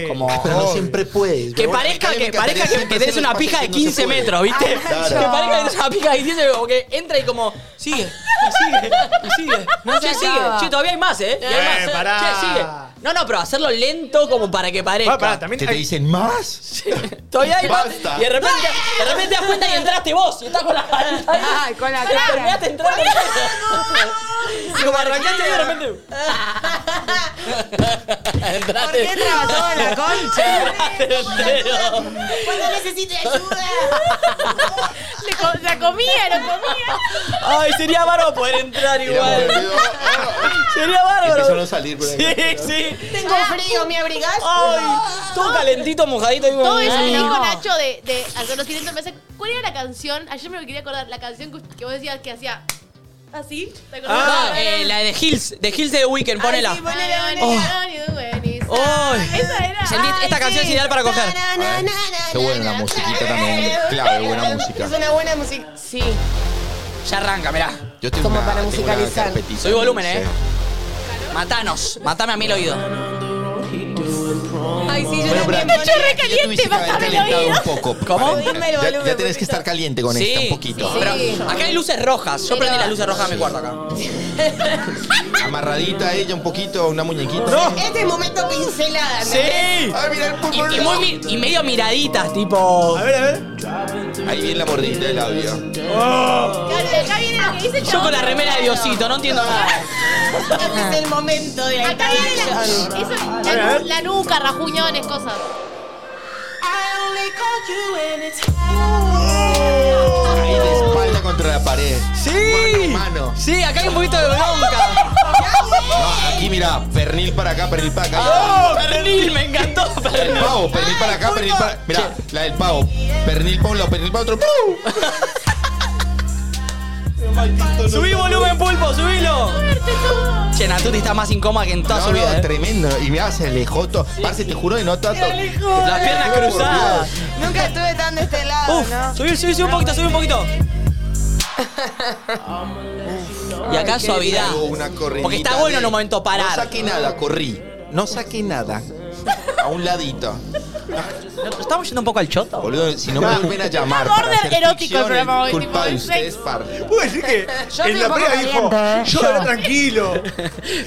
Como,
No siempre puedes.
Que
bro.
parezca que,
Dale,
parezca que, que tenés una pija de 15 metros, ¿viste?
Ah,
Claro.
Que parezca que tenés una pija de 15 metros, como que entra y como, sigue, y sigue, y sigue.
No
che,
se
sigue,
acaba.
che, todavía hay más, ¿eh? Y hay
Eh,
más, ¿eh?
pará.
Che, sigue. No, no, pero hacerlo lento como para que parezca.
¿Te, te dicen más?
Todavía hay más.
Basta.
Y de repente, de repente te das cuenta y entraste vos, y estás con la pantalla.
Ay, con la
Pero
cara.
terminaste entrando. Y como arrancaste y de repente. ¿Por
qué trabajó en la concha?
Cuando necesite ayuda.
la comía, la comía.
Ay, sería bárbaro poder entrar igual. Sería bárbaro.
Empezó a no salir por
Sí,
ahí.
sí.
Tengo
Ah,
frío, ¿me abrigás?
Ay, todo calentito, mojadito. ahí como-
Todo eso que
Ay,
dijo
no.
Nacho de, de reconocimiento me hace. ¿Cuál era la canción? Ayer me quería acordar, la canción que us- que vos decías que hacía. ¿Así? ¿Te acordás?
Ah, eh, la de Hills, de Hills de The Weeknd, ponela. Oh,
Esa era.
Sentí- esta canción es ideal para coger.
Qué buena la musiquita también. Clave, buena música.
buena música. Sí.
Ya arranca, mirá.
Yo tengo
Como
una-
para
tengo una
musicalizar.
carpetita,
Soy volumen,
no sé.
eh. Matanos, matame a mí el oído.
Ay, sí,
Bueno, pero
también
yo
ponía-
tuviste que haber calentado un poco.
¿Cómo?
para
Dime el
entrar. Ya,
volumen,
ya tenés que estar caliente con
Sí,
esto un poquito.
sí, pero acá hay luces rojas. Yo prendí las luces rojas de mi cuarto acá.
Amarradita ella un poquito, una muñequita.
Este es momento pincelada.
Sí.
Ay, mira el
Y, y muy mi- y medio miraditas, tipo. A ver, a ver.
Ahí viene la mordida del audio.
Oh.
Acá viene lo que dice el
Yo
chabón.
con la remera de Diosito, no entiendo nada.
Este es el momento de la
Acá viene la,
interacción.
eso, la, nu- la nuca, rajuñones, cosas.
Ahí de espalda contra la pared.
Sí.
Mano, mano.
Sí, acá hay un poquito de bronca.
No, aquí mira, pernil para acá, pernil para acá.
¡Oh, pernil! Me encantó pernil.
El pavo, pernil para acá, pernil para. Mira, la del pavo. Pernil para un lado, pernil para otro.
Subí volumen, pulpo, subilo. Che, Natuti está más incómoda que en toda
No,
su vida.
no,
eh.
tremendo. Y mira, se alejó todo. Parce, te juro que no tanto.
Las piernas cruzadas.
Nunca estuve tan de este lado,
Uf,
¿no?
subí, subí, subí un poquito, subí un poquito. Y acá
Ay, qué
suavidad.
lindo. Una correnita
Porque está bueno
de-
en un momento parar.
No saqué nada, corrí. No saqué nada. A un ladito.
Estamos yendo un poco al choto.
Boludo, si no me vuelven a llamar.
Está
para hacer
border erótico
ficción,
el programa hoy,
Culpa
tipo,
de
el
ustedes,
sexo.
par.
Puedo decir que
Yo
en
estoy
la
un poco
previa dijo,
caliente, ¿eh?
yo
Yo.
era tranquilo.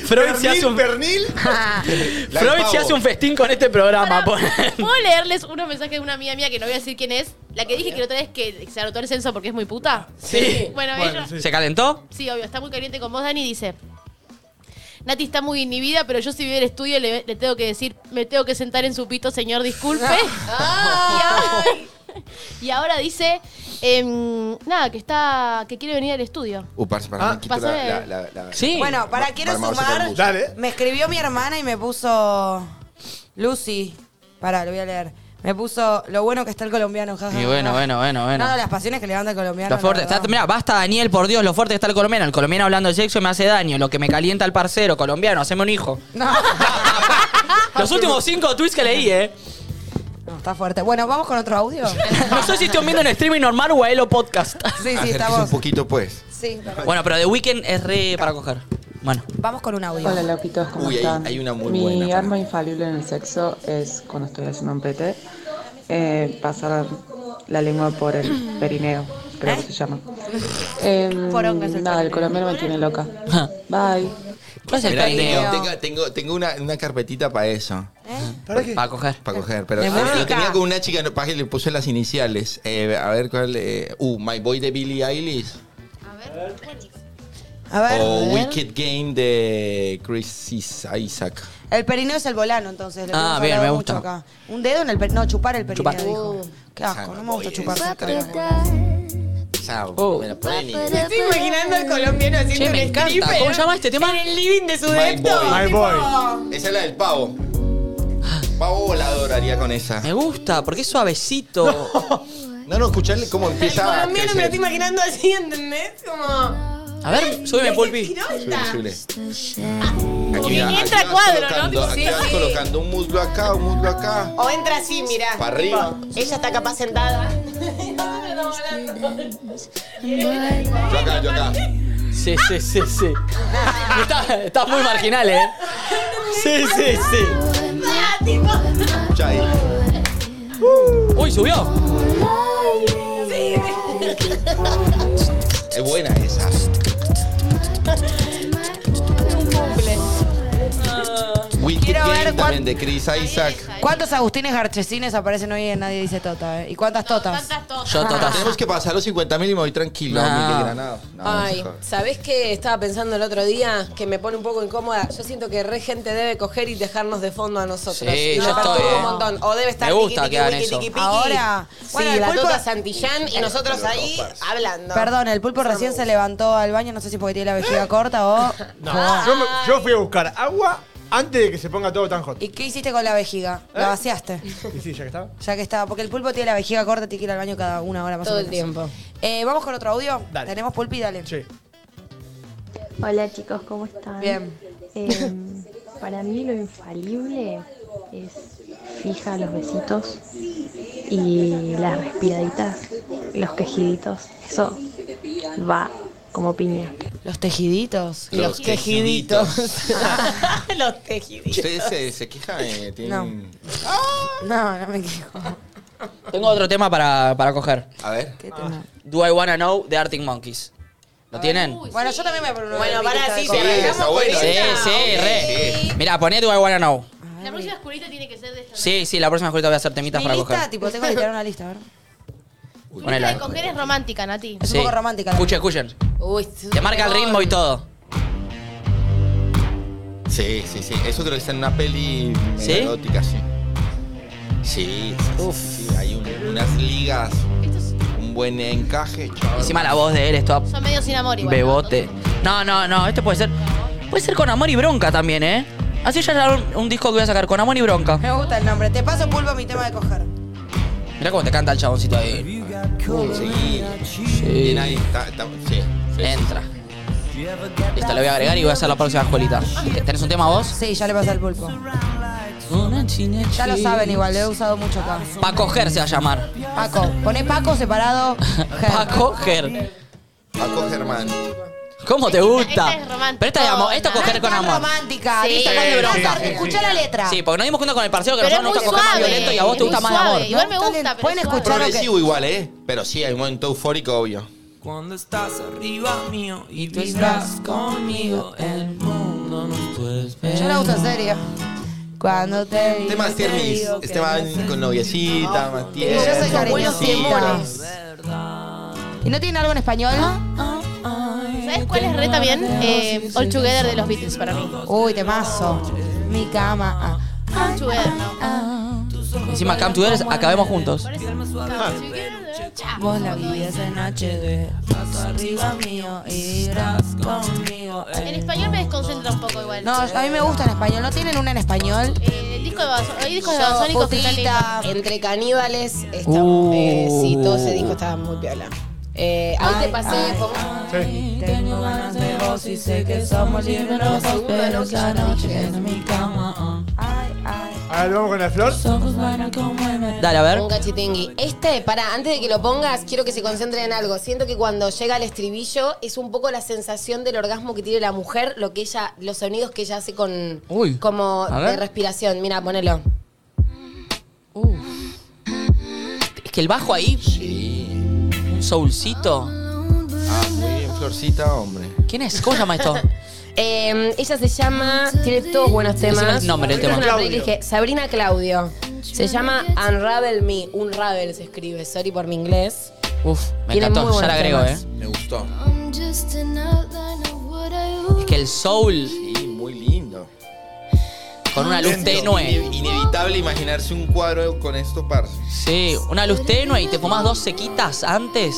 Freud se hace un-
pernil.
La del
Freud se
pavo.
hace un festín con este programa.
¿Puedo leerles unos mensajes de una amiga mía que no voy a decir quién es? La que dije que la otra vez que se anotó el censo porque es muy puta.
Sí.
Bueno, ella. Sí.
¿Se calentó?
obvio, está muy caliente con vos, Dani. Dice: Nati está muy inhibida, pero yo si voy al estudio le, le tengo que decir, me tengo que sentar en su pito, señor, disculpe. y ahora dice: em, Nada, que está. que quiere venir al estudio.
Uh, parce, para
Ah,
me quito
pasame.
la, la, la, la-
Bueno, para
Va-
quiero
vamos a sacar el
sumar.
bus.
Me escribió mi hermana y me puso. Lucy. Pará, lo voy a leer. Me puso lo bueno que está el colombiano, jaja.
Y bueno, bueno, bueno, bueno.
No, de las pasiones que levanta el colombiano.
Lo fuerte,
la verdad.
está- mirá, basta Daniel, por Dios, lo fuerte está el colombiano. El colombiano hablando de sexo me hace daño. Lo que me calienta el parcero colombiano, haceme un hijo.
Ah,
Los últimos cinco tweets que leí, eh.
No, está fuerte. Bueno, vamos con otro audio.
No sé si estoy viendo en streaming normal o a Elo Podcast.
Sí, sí,
Acérquese un
estamos.
poquito, pues.
Sí, perfecto.
Bueno, pero The Weeknd es re para coger. Bueno.
Vamos con un audio.
Hola loquitos, ¿cómo
Uy, ahí-
están?
hay una muy
Mi
buena para-
arma infalible en el sexo es cuando estoy haciendo un pete, eh, pasar la lengua por el perineo, creo que se llama. Em,
Poronga es el
nada, el colombiano me tiene loca. Bye.
¿Qué es el
Mirá,
perneo?
Tengo, tengo, tengo una, una carpetita para eso.
¿Para qué?
Para coger.
Para coger, pero
¿Eh? ¿De
eh,
música?
lo tenía con una chica, no, pa, que le puse las iniciales. Eh, a ver cuál. eh, uh, My Boy de Billie Eilish.
A ver.
o Wicked Game de Chris Is- Isaac.
El perineo es el volano, entonces. lo que
Ah,
hemos
bien,
hablado
me
mucho
gusta.
acá. Un dedo en el perineo. No, chupar el perineo,
Chupar. Uh.
dijo. Qué asco, no me gusta chupar. el perineo.
Chao.
Oh.
Me la ponen y-
Me estoy imaginando al colombiano haciendo
Che,
un
me encanta.
stripper
¿Cómo se llama este tema?
en el living de su
My
depto.
Boy.
tipo,
Esa es la del pavo. Pavo volador haría Oh, con esa.
Me gusta, porque es suavecito.
No, no, escucharle cómo
El
empieza a
colombiano me lo
crecer.
estoy imaginando así, ¿entendés? Como...
A ver, súbeme, Pulpi.
Sube, sube.
Y
va-
entra
vas
cuadro, ¿no?
colocando- Aquí
Sí,
vas
sí.
colocando un muslo acá, un muslo acá.
O entra así, mirá.
Para arriba.
tipo, Ella está capaz sentada.
Yo acá, yo acá.
Sí, sí, sí, sí. Estás está muy marginal, eh. Sí, sí, sí.
Ah,
Escucha ahí.
Uy, subió.
Es buena esa. Wicked
Quiero
Game
ver
también
cuán-
de Chris Isaac.
¿Cuántos Agustines Garchesines aparecen hoy en Nadie Dice Tota? eh? ¿Y cuántas totas?
Tenemos que pasar los 50 mil y me voy tranquilo.
No.
Miguel Granado. No,
Ay,
hijo.
¿sabés qué estaba pensando el otro día? Que me pone un poco incómoda. Yo siento que re gente debe coger y dejarnos de fondo a nosotros.
Sí,
Y me
yo
perturba
estoy, eh.
un montón. O debe estar
Me gusta
tiqui,
que
tiqui,
hagan
tiqui,
eso.
tiqui, tiqui.
Ahora,
Sí,
bueno, el
la
pulpo-
tota Santillán y nosotros ahí hablando.
Perdón, el pulpo recién se levantó al baño, no sé si porque tiene la vejiga corta o...
No, yo, me- yo fui a buscar agua antes de que se ponga todo tan hot.
¿Y qué hiciste con la vejiga?
¿Eh?
¿La vaciaste?
Y sí, ya que estaba.
Ya que estaba, porque el pulpo tiene la vejiga corta, tiene que ir al baño cada una hora más
Todo
o
el
menos.
tiempo.
Eh, Vamos con otro audio. Tenemos pulpi, dale.
Sí.
Hola chicos, ¿cómo están?
Bien.
Em, para mí lo infalible es fija los besitos y las respiraditas, los quejiditos. Eso va como piña.
Los tejiditos.
Los
Los tejiditos.
Los tejiditos.
Ustedes se, se quejan. eh, tienen-
Ah.
No, no me quejo.
Tengo otro tema para, para coger.
A ver.
Do I Wanna Know de Arctic Monkeys. ¿Lo tienen?
Bueno, yo también me pronuncié.
Bueno, pará, sí,
así
sí, arrancamos con
Sí,
esa.
sí, re. Mirá, poné Do I Wanna Know.
La próxima escuelita tiene que ser de esta.
Sí, sí, la próxima escuelita voy a hacer temitas
Mi
para
lista,
coger.
tipo, tengo que tirar una lista, a ver.
Tu
Ponela.
lista de coger es romántica, Nati.
Es un poco romántica. la
Escuchen, escuchen.
Uy,
Te marca el ritmo y todo.
Sí, sí, sí. Eso creo que está en una peli medio
¿Sí?
erótica, sí. Sí, sí, sí, sí, sí. Hay un- unas ligas, un buen encaje, chaval.
Encima la voz de él es toda
Son medio sin amor igual.
bebote. No, no, no, este puede ser. Puede ser con amor y bronca también, ¿eh? Así ya será un, un disco que voy a sacar con amor y
Ah.
bronca.
Me gusta el nombre. Te paso pulpo mi tema de coger.
Mirá cómo te canta el chaboncito ahí.
Sí. Bien ahí, está, está- sí.
Entra. Listo, lo voy a agregar y voy a hacer la próxima escuelita. Eh, ¿Tenés un tema vos?
Sí, ya le pasé al pulpo. Ya lo saben igual, ¿eh? lo he usado mucho acá.
Pa' coger se va a llamar.
Paco. Poné Paco separado.
Pa' coger.
Paco Germán.
¿Cómo te
Esta Este es
gusta?
romántica.
Pero esta es de amor, esto es coger con amor.
romántica.
Sí.
Dice,
Sí,
con
sí,
bronca.
sí, sí.
Escuchá la letra.
Sí, porque nos dimos cuenta con el parceo que
Pero
nosotros nos
es
gusta coger
muy
más
suave,
violento y a vos
es
te gusta
muy
más de amor.
suave. Igual me gusta, pero
Pueden
es
escuchar lo que...
Progresivo igual, ¿eh? Pero sí, hay un momento eufórico, obvio.
Cuando estás arriba mío y tú
estás
conmigo, el mundo nos puede
Yo la uso en serio. Cuando te vi,
Temas
te
tiernis.
digo que
Este va
no sé.
con noviecita, más
Yo
tierno.
soy
buenos
cariñosita.
tiernos.
¿Y no tienen algo en español?
¿Sabes Ah, cuál es re también? Eh, All Together de los Beatles para mí.
Uy, temazo. Mi cama. ah.
All Together, no.
Encima, Come Together, es acabemos juntos.
Ah.
Vos la vivías en HD. Paso arriba mío y irás conmigo.
En español me desconcentra un poco igual.
No, a mí me gusta en español. ¿No tienen una en español?
Eh, el disco de Babasónicos- Hay discos de
Yo,
Babasónicos que están lindos.
Putita.
Entre caníbales, está,
Uh.
eh, sí, todo ese disco estaba muy piola. Eh, ahí te pasé, ¿cómo?
Tengo ganas de vos y sé que somos
La
librosos,
segunda,
pero
¿no? Que
esa
yo no
noche
dije.
es mi
ah.
cama. Ay, ay.
A ver, vamos con la flor.
Dale, a ver.
Un cachitingui. Este, para, antes de que lo pongas, quiero que se concentren en algo. Siento que cuando llega el estribillo es un poco la sensación del orgasmo que tiene la mujer, lo que ella, los sonidos que ella hace con
Uy.
como
A ver.
de respiración. Mira, ponelo.
Es que el bajo ahí. Un soulcito.
Ah, sí, florcita, hombre.
¿Quién es? ¿Cómo se llama esto?
Eh, ella se llama, tiene todos buenos
Decime
temas.
el nombre del
Es
tema.
una
Claudio.
playlist que- Sabrina Claudio. Se llama Unravel Me. Unravel se escribe, sorry por mi inglés.
Uf, me
Tiene
encantó.
muy
Ya
buenos
la agrego,
temas.
eh.
Me gustó.
Es que el soul
Sí, muy lindo.
con una luz
Lento.
tenue.
Ine- inevitable imaginarse un cuadro con esto, parce.
Sí, una luz tenue y te fumas dos sequitas antes.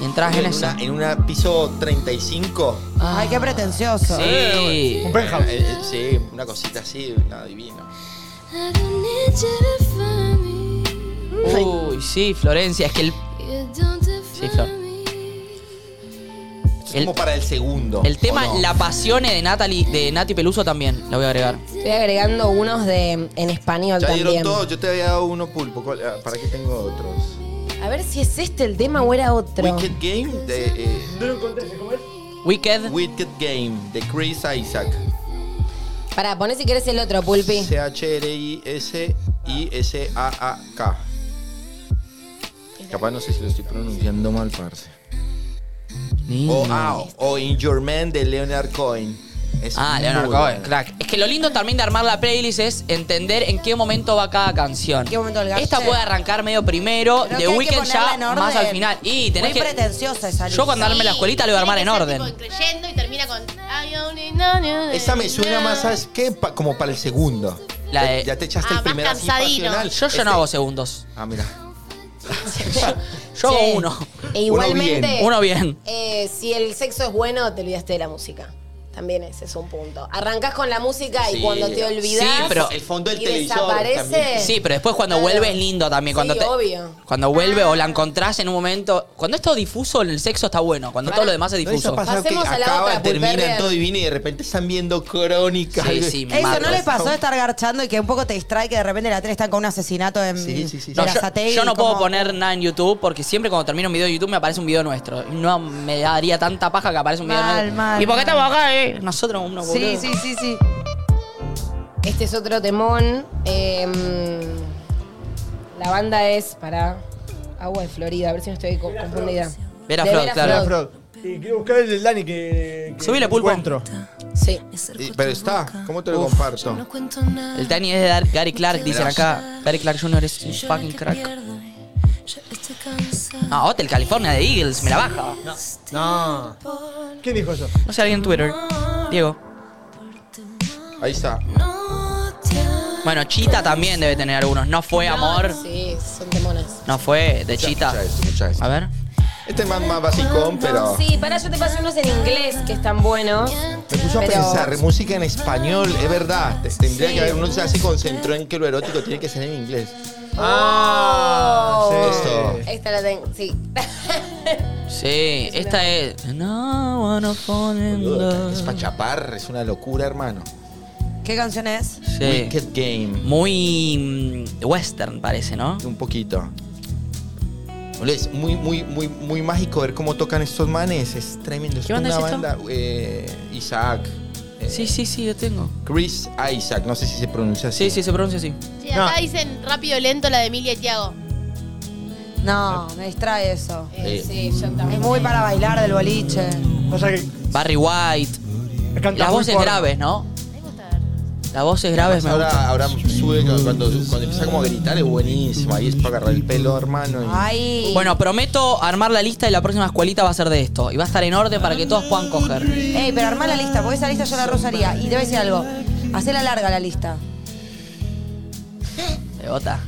Y entras en
En
esa.
una, en una piso 35.
Ay, qué pretencioso.
Sí.
Un penthouse.
Ah, Eh, eh, sí, una cosita así, nada divino.
Uh.
Uy, sí, Florencia. Es que el. Sí, Flor.
Es
El-
como para el segundo.
El tema
¿o no?
La Pasione de Natalie, de Nati Peluso también. La voy a agregar.
Estoy agregando unos de en español
Ya dieron
también.
todo, yo te había dado uno pulpo. ¿cuál- ah, ¿Para qué tengo otros?
A ver si es este el tema o era otro.
Wicked Game de. eh,
No lo encontré, ¿cómo es?
Wicked.
Wicked Game de Chris Isaac.
Pará, poné si querés el otro, Pulpi.
C-H-R-I-S-I-S-A-A-K. Capaz no sé si lo estoy pronunciando mal, parce. O Ao, o In Your Man de Leonard Cohen. Es
Ah,
muy
Leonard Cohen,
bueno.
crack. Es que lo lindo también de armar la playlist es entender en qué momento va cada canción.
¿En qué momento del
Esta
garche?
puede arrancar medio primero, de
Creo que hay que
Weekend
ponerla
ya
en
más al
orden.
final. Y tenés
Muy
que.
pretenciosa esa
Yo cuando arme la
Sí,
escuelita lo voy a armar en
tiene que ser
orden.
tipo creyendo y termina con. oh, I only know you.
Esa me suena más, ¿sabes qué? Pa- como para el segundo.
La de-
Ya te echaste
Ah,
el
más
primer así
cansadino.
pasional.
Yo, yo no hago segundos.
Ah, mira.
Yo hago uno.
E igualmente.
Uno bien.
eh, si el sexo es bueno, te olvidaste de la música. También ese es un punto. Arrancás con la música y
Sí.
cuando te olvidás. eh,
Sí, pero-
El fondo del
y
televisor.
desaparece.
también.
Sí, pero después cuando vuelve es lindo también. Cuando
Sí,
te,
obvio. Ah.
Cuando vuelve o la encontrás en un momento. Cuando esto difuso en el sexo está bueno. Cuando todo lo demás es
¿No les
difuso.
ha pasado que
Pasemos a la
acaba,
otra, Pulperder.
termina todo divino y de repente están viendo crónicas?
Sí, sí, me
Eso no le pasó de estar garchando y que un poco te distrae que de repente la 3 están con un asesinato en
No, yo,
Berazategui,
yo no
como-
puedo poner nada en YouTube porque siempre cuando termino un video de YouTube me aparece un video nuestro. Y No me daría tanta paja que aparece un video
Mal,
nuestro.
mal,
¿Y por qué
mal.
estamos acá, eh? Nosotros uno
Sí,
boludo.
sí, sí, sí.
Este es otro temón. eh, la banda es para Agua de Florida, a ver si no estoy co- confundida.
Vera
De
Frog, claro.
Frog.
Y quiero buscar el del Dani que. que
Subile, Pulpo.
Encuentro.
Sí.
Y- pero está, ¿cómo te lo
Uf.
comparto?
El Tani es de Dar- Gary Clark, dicen
Gracias.
acá. Gary Clark Jr. es un fucking crack. Ah, Hotel California de Eagles, me la baja.
No. ¿Quién dijo eso?
No sé, alguien en Twitter. Diego.
Ahí está.
Bueno, Chita también debe tener algunos. No fue amor,
Sí, son temonas.
no fue de Chita.
Escucha esto, escucha esto.
A ver.
Este es más, más basicón, pero
Sí, para yo te paso unos en inglés que están buenos.
me puso a
Pero-
pensar, música en español, es verdad. te- Tendría
Sí.
que haber, uno ya se concentró en que lo erótico tiene que ser en inglés.
Ah,
Oh.
sí.
Esto.
Esta la tengo, sí.
Sí, esta es. No wanna fall in love.
Es pachapar, es una locura, hermano.
¿Qué canción es?
Sí.
Wicked Game.
Muy mm, western parece, ¿no?
Un poquito. Boludo, Es muy, muy, muy, muy mágico ver cómo tocan estos manes. Es tremendo.
¿Qué banda es
una
esto?
banda. eh, Isaac. eh,
Sí, sí, sí, yo tengo.
Chris Isaac. No sé si se pronuncia
Sí,
así.
sí, se pronuncia así.
Sí, acá
No.
dicen rápido lento la de Emilia y Tiago.
No, me distrae eso.
Eh,
Sí, yo
Es
también.
muy para bailar del boliche.
O sea que.
Barry White.
canta
Las
muy
voces
por-
graves, ¿no? Las voces graves me gustan.
Ahora, ahora sube cuando, cuando empieza como a gritar, es buenísimo. Ahí es para agarrar el pelo, hermano.
Ah,
y-
Ay.
Bueno, prometo armar la lista y la próxima escuelita va a ser de esto. Y va a estar en orden para que todos puedan coger.
Ey, pero armá la lista, porque esa lista yo la rozaría. Y te voy a decir algo. Hacela larga la lista.
Me bota.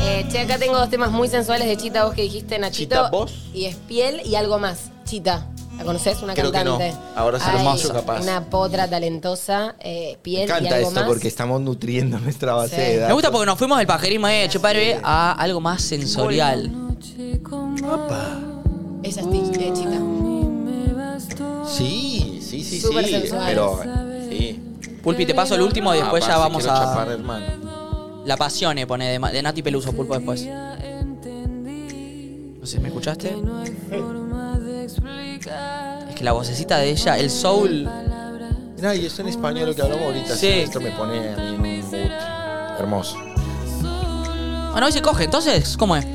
Eh, che, acá tengo dos temas muy sensuales de Chita, vos que dijiste Nachito.
Chita, ¿vos?
Y es piel y algo más. Chita. ¿La conoces? Una
Creo que no.
cantante.
Ahora se lo
Ay,
mucho, capaz.
Una potra talentosa. eh,
Me
piel y
encanta
algo
esto
más.
porque estamos nutriendo nuestra base
Sí.
de datos.
Me gusta porque nos fuimos del pajerismo eh, de chuparbe a algo más sensorial.
Esa es Ti- eh, Chita.
Sí, sí, sí,
Súper
sí.
sensual.
Pero, sí.
Pulpi, te paso el último y después
Ah,
ya
parce,
vamos
quiero chapar,
a.
hermano.
La pasione, pone de, Ma- de Nati Peluso, pulpo después. No sé, ¿me escuchaste? Es que la vocecita de ella, el soul.
Mira, y eso en español lo que hablamos ahorita.
Sí.
Esto me pone a mí en un mood hermoso.
Bueno, hoy se coge, entonces, ¿cómo es?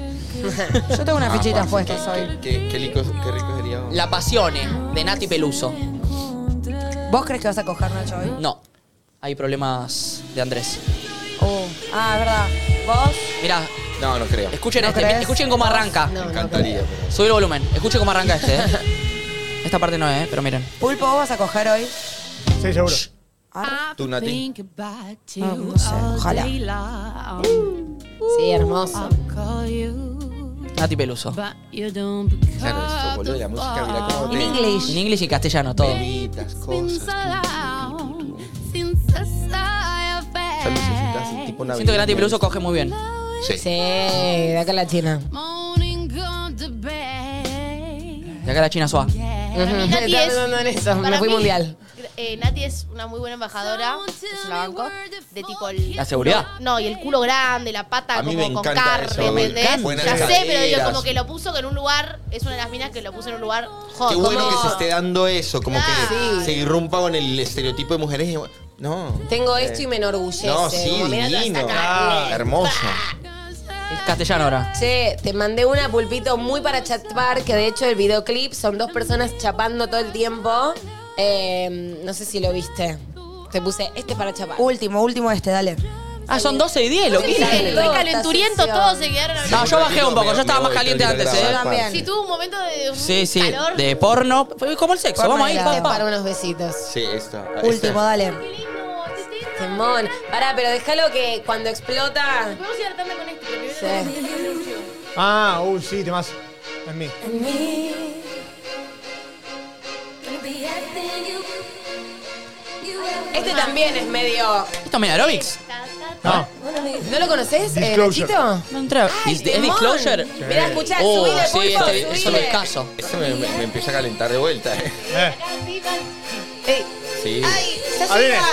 Yo tengo una
Ah,
fichita
parce,
puesta
qué- Qué,
hoy.
qué, qué rico, qué rico sería.
La pasione, de Nati Peluso.
¿Vos crees que vas a coger, Nacho, hoy?
No, hay problemas de Andrés.
Oh. Ah, es verdad. ¿Vos?
Mirá,
No, no creo. Me
escuchen
¿No
este,
crees?
escuchen cómo arranca.
No, no.
encantaría, pero.
Subí el volumen, escuchen cómo arranca este. eh. Esta parte no es, eh, pero miren.
Pulpo, ¿vos vas a coger hoy?
Sí, seguro.
Ah,
Tú, Nati.
no sé, ojalá.
Sí, hermoso.
Nati Peluso.
Claro, esto, boludo, la música, mira
Ah,
Ah.
cómo
In
te...
En
English.
inglés y castellano, todo.
Velitas, cosas. Esas lucecitas, el
Siento
tipo
que
navideño.
Nati Peluso coge muy bien.
Sí.
Sí, de acá la China.
De acá la China Suá.
Ujú.
Nati
Estaba
es-
pensando en eso.
para
Me fui
mí-
mundial.
eh, Nati es una muy buena embajadora, es la banco, de tipo el...
¿La seguridad?
No, y el culo grande, la pata
A mí
como
me
con
encanta
carne,
eso,
¿entendés?
me encanta.
Ya sé, pero digo,
Buenas
como que lo puso en un lugar, es una de las minas que lo puso en un lugar hot.
Qué bueno
como-
que se esté dando eso, como que se irrumpa con el estereotipo de mujeres. No.
Tengo esto y me enorgullece.
Eh. No, sí,
como, mirá toda
divino.
esta carne.
Ah, hermoso.
Es castellano ahora.
Che, te mandé una pulpito muy para chapar, que de hecho el videoclip son dos personas chapando todo el tiempo. Eh, no sé si lo viste. Te puse, este es para chapar.
Último, último este, dale.
Ah, son 12 y 10, lo
Sí, re calenturiento, todos se quedaron hablando.
No, yo bajé un poco, yo estaba
me
más
voy,
caliente
tengo que ir a
antes, ¿eh?
grabar, Juan.
Sí, tuvo un momento de un
Sí, sí,
calor.
de porno. Fue como el sexo, vamos ahí,
Este es
papá.
para unos besitos.
Sí, esta.
Último,
dale.
Temón. Pará, pero déjalo que cuando explota.
Podemos ir hartando con este.
Sí.
Ah, uy, sí, temas. En mí.
Este también es medio.
¿Esto es medio aerobics? No.
¿No lo conoces, eh,
Disclosure.
Nachito?
No entra. ¿Es
temón.
disclosure?
Mirá, escuchá,
Oh,
subile,
sí,
pulpo,
este-
subile.
eso lo escaso.
Este me, me- me empieza a calentar de vuelta. eh.
Ey,
Sí.
ya
Ahí
llega.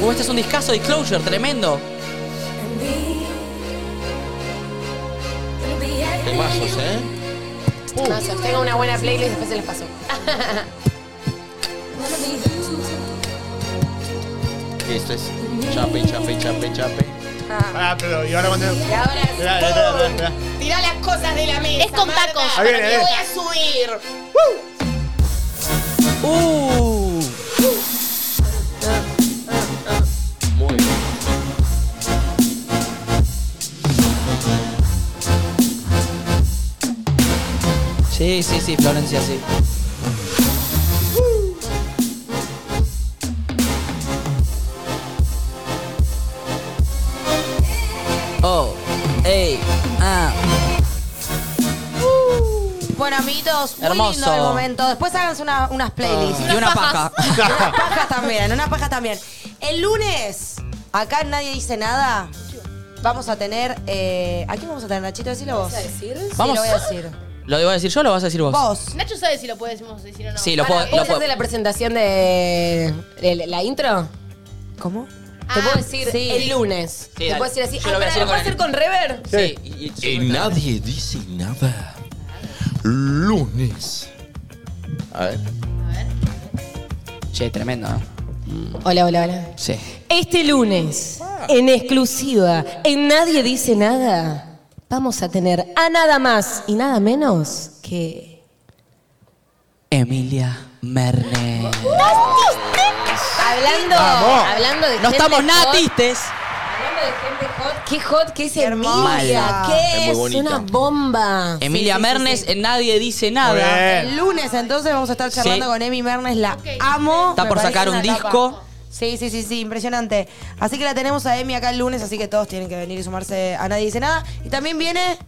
Uh, este es un discazo disclosure, tremendo.
Temazos, ¿eh?
No, si tengo una buena playlist, después se les paso.
Que esto es chape, chape, chape, chape.
Ah, pero y ahora cuando.
Y ahora es
Esperá, esperá, esperá,
¡pum!
esperá.
Tirá las cosas de la mesa.
Es con
Marta,
tacos.
Ahí viene,
me
ahí viene.
voy a subir.
Uh.
Muy bien.
Sí, sí, sí, Florencia, sí. Oh, ey, ah.
Bueno, amiguitos, muy
Hermoso. Ah,
lindo el momento. Después háganse una- unas playlists.
Y una paja.
unas pajas también, unas pajas también. El lunes, acá nadie dice nada. Vamos a tener. Eh, ¿A quién vamos a tener, Nachito? Decilo vos. ¿Vas a decir? Sí,
Vamos.
lo voy a decir.
¿Lo voy a decir yo o lo vas a decir vos?
Nacho sabe si lo podemos decir o no.
Sí, lo puedo-
¿Vos
lo puedo-
haces la presentación de de la intro?
¿Cómo?
Te puedo decir
sí.
el
Ah,
lunes.
Sí,
Te
dale.
puedo decir así.
Yo
Ah,
lo voy a
pará,
hacer
¿lo
con
puedo hacer con rever?
Sí. Y, y nadie dice nada. Lunes. A ver.
Che, tremendo, ¿eh?
Hola, hola, hola.
Sí.
Este lunes,
Ah.
en exclusiva, en Nadie Dice Nada, vamos a tener a nada más y nada menos que.
Emilia Merne.
Hablando,
Vamos.
hablando de.
No
gente
estamos nada
hot,
tristes.
Hablando de gente hot. Qué hot que es Emilia.
hermosa.
Qué
Es muy
es,
bonita.
una bomba.
Emilia
Sí, sí, sí,
Mernes,
sí.
en nadie dice nada.
El lunes entonces vamos a estar charlando
Sí.
con Emi Mernes, la amo.
Está
Me
por
parece
sacar un
una capa.
disco.
Sí, sí, sí, sí, impresionante. Así que la tenemos a Emi acá el lunes, así que todos tienen que venir y sumarse a Nadie Dice Nada. Y también viene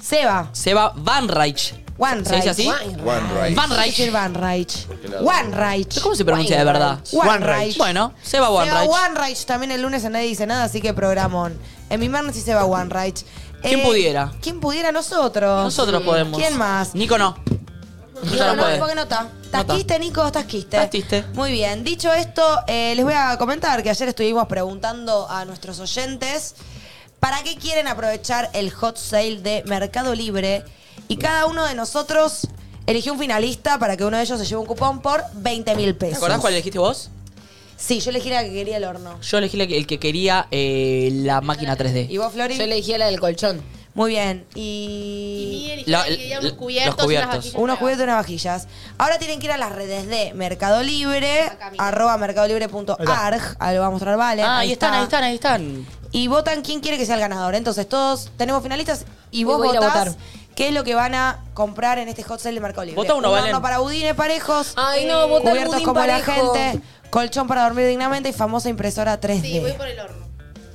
Seba,
Seba Van Reich.
One
¿Se dice así?
One right.
Van Reich.
Reich. Van Reich.
la-
One Reich.
¿Cómo se pronuncia de verdad?
One Reich.
Bueno, Seba Van
Seba
Reich.
One Reich también el lunes en Nadie Dice Nada, así que programón. Emi Mernes y Seba One Reich. Eh,
¿Quién pudiera?
¿Quién pudiera? Nosotros.
Nosotros podemos.
¿Quién más?
Nico no.
Nico,
Ya no
no,
puede.
porque no está. Tasquiste, Nico, tasquiste.
Tasquiste.
Muy bien. Dicho esto, eh, les voy a comentar que ayer estuvimos preguntando a nuestros oyentes para qué quieren aprovechar el hot sale de Mercado Libre. Y cada uno de nosotros eligió un finalista para que uno de ellos se lleve un cupón por 20 mil
¿Te
pesos.
acordás cuál elegiste vos?
Sí, yo elegí la que quería el horno.
Yo elegí la que- el que quería eh, la máquina 3D.
¿Y vos, Flori?
Yo elegí la del colchón.
Muy bien. Y.
Y
La-
eligieron que querían unos
la-
cubiertos,
los cubiertos.
unas vajillas
Unos
nuevas.
cubiertos y unas vajillas. Ahora tienen que ir a las redes de Mercado Libre, arroba mercadolibre.arg, ahí lo va a mostrar Vale.
Ah, ahí están, ahí están, ahí están.
Y votan quién quiere que sea el ganador. Entonces todos tenemos finalistas y
Uy,
vos
voy a ir a
votás
votar.
qué es lo que van a comprar en este hot sale de Mercado Libre.
Vota uno,
Un
Valen.
horno para budines parejos,
Ay, no, vota el
cubiertos
budín
como
parejo.
la gente, colchón para dormir dignamente y famosa impresora 3D.
Sí, voy por el horno.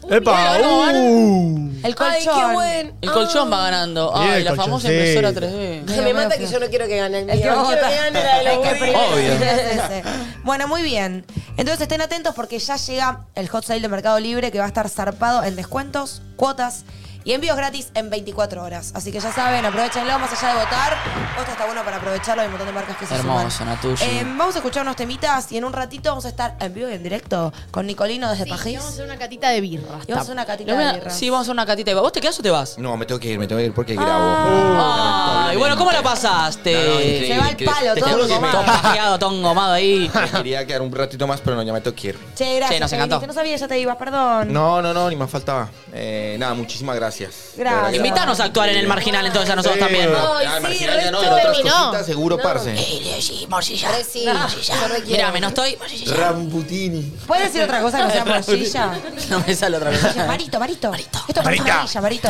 ¡Epa! ¡Uh!
El
Ay,
colchón.
qué buen.
El colchón va ganando.
Bien,
Ay,
el
la famosa
colchoncito.
impresora 3D.
Ay, Me mata que yo no quiero que gane el mío.
El que
Yo
vota.
quiero que gane la de los
El que
budines.
primero
Obvio.
es ese. Bueno, muy bien. Entonces estén atentos porque ya llega el hot sale de Mercado Libre que va a estar zarpado en descuentos, cuotas y envíos gratis en 24 horas. Así que ya saben, aprovechenlo más allá de votar. Posta está bueno para aprovecharlo, hay un montón de marcas que se suman.
Hermoso, Natushi.
Eh,
Em,
vamos a escuchar unos temitas y en un ratito vamos a estar en vivo y en directo con Nicolino desde
Sí,
Pajís.
vamos a hacer una catita de birra.
Y vamos a hacer una catita
Lo voy a-
de birra.
Sí, vamos a hacer una catita de birra. ¿Vos te quedás o te vas?
No, me tengo que ir, me tengo que ir
Ah.
porque grabo.
Ay, bueno, ¿cómo la pasaste?
No, no, increíble, Se va al increíble. palo, Te todo juro que me- engomado.
Todo pajeado, todo engomado ahí.
Me quería quedar un ratito más, pero no, ya me tengo que ir.
Che, gracias.
Che, nos
que
encantó.
viniste. No sabía, ya te ibas, perdón.
No, no, no, ni más faltaba. Eh, nada, muchísimas gracias. De verdad
Gracias.
que-
Invítanos a actuar en el marginal entonces a nosotros
Sí.
también.
Ay, Ah, sí, Marginal ya no, en otras rechueve, no. cositas seguro, parce.
Sí, morcilla.
Re sí, morcilla, yo re quiero.
Mira, me no estoy.
Rambutini.
¿Puedes decir otra cosa que no sea morcilla?
No me sale otra cosa.
Marito, Marito. Esto parece
Marita.
una villa, Marito.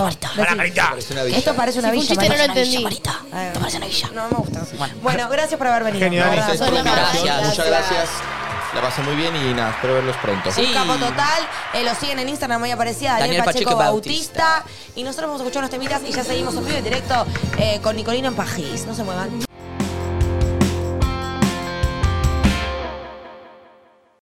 Decí. Esto parece una
Si
villa.
fue un chiste,
Marito.
no lo entendí.
Marita, esto parece una villa. Ah, No me gusta. Bueno, gracias por haber venido.
Genial.
de verdad.
Gracias.
Sos la mejor.
Muchas gracias. La pasé muy bien y nada, espero verlos pronto.
Un capo total. Eh, lo siguen en Instagram, muy aparecida Daniel,
Daniel
Pacheco,
Pacheco
Bautista. Y nosotros vamos a escuchar unos temitas y ya seguimos en vivo y en directo eh, con Nicolino en Pajís. No se muevan.